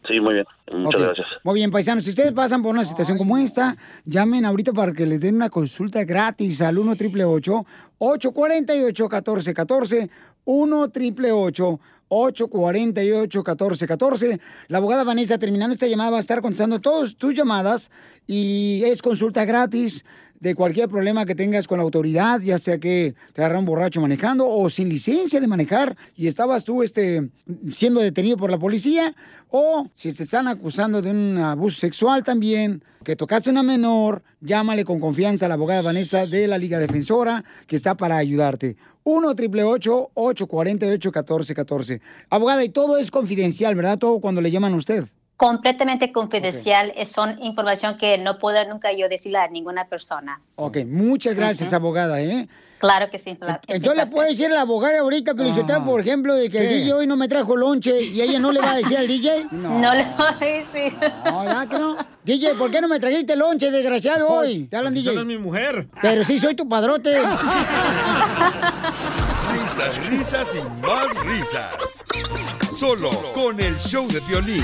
Speaker 28: Sí, muy bien. Muchas
Speaker 2: Ok.
Speaker 28: gracias.
Speaker 2: Muy bien, paisanos, si ustedes pasan por una situación como esta, llamen ahorita para que les den una consulta gratis al 1 888 848 1414 1 888 848 1414 La abogada Vanessa, terminando esta llamada, va a estar contestando todas tus llamadas y es consulta gratis de cualquier problema que tengas con la autoridad, ya sea que te agarraron borracho manejando o sin licencia de manejar y estabas tú este, siendo detenido por la policía, o si te están acusando de un abuso sexual también, que tocaste una menor, llámale con confianza a la abogada Vanessa de la Liga Defensora, que está para ayudarte. 1 888 848 1414 Abogada, y todo es confidencial, ¿verdad? Todo cuando le llaman a usted.
Speaker 8: completamente confidencial, eh, son información que no puedo nunca yo decirle a ninguna persona.
Speaker 2: Ok, muchas gracias, abogada, ¿eh?
Speaker 8: Claro que sí. pla- es
Speaker 2: Entonces Eh, le puede decir a la abogada ahorita, pero
Speaker 8: Ah.
Speaker 2: por ejemplo, de que el
Speaker 8: ¿Qué?
Speaker 2: DJ hoy no me trajo lonche y ella no le va a decir al DJ.
Speaker 8: No. le voy a decir.
Speaker 2: No, ¿verdad que no? DJ, ¿por qué no me trajiste lonche, desgraciado,
Speaker 8: Pues,
Speaker 2: hoy? Te hablan,
Speaker 3: Porque
Speaker 2: DJ.
Speaker 3: tú eres mi mujer.
Speaker 2: Pero sí soy tu padrote.
Speaker 1: Risas, risas y más risas. Solo con el show de violín.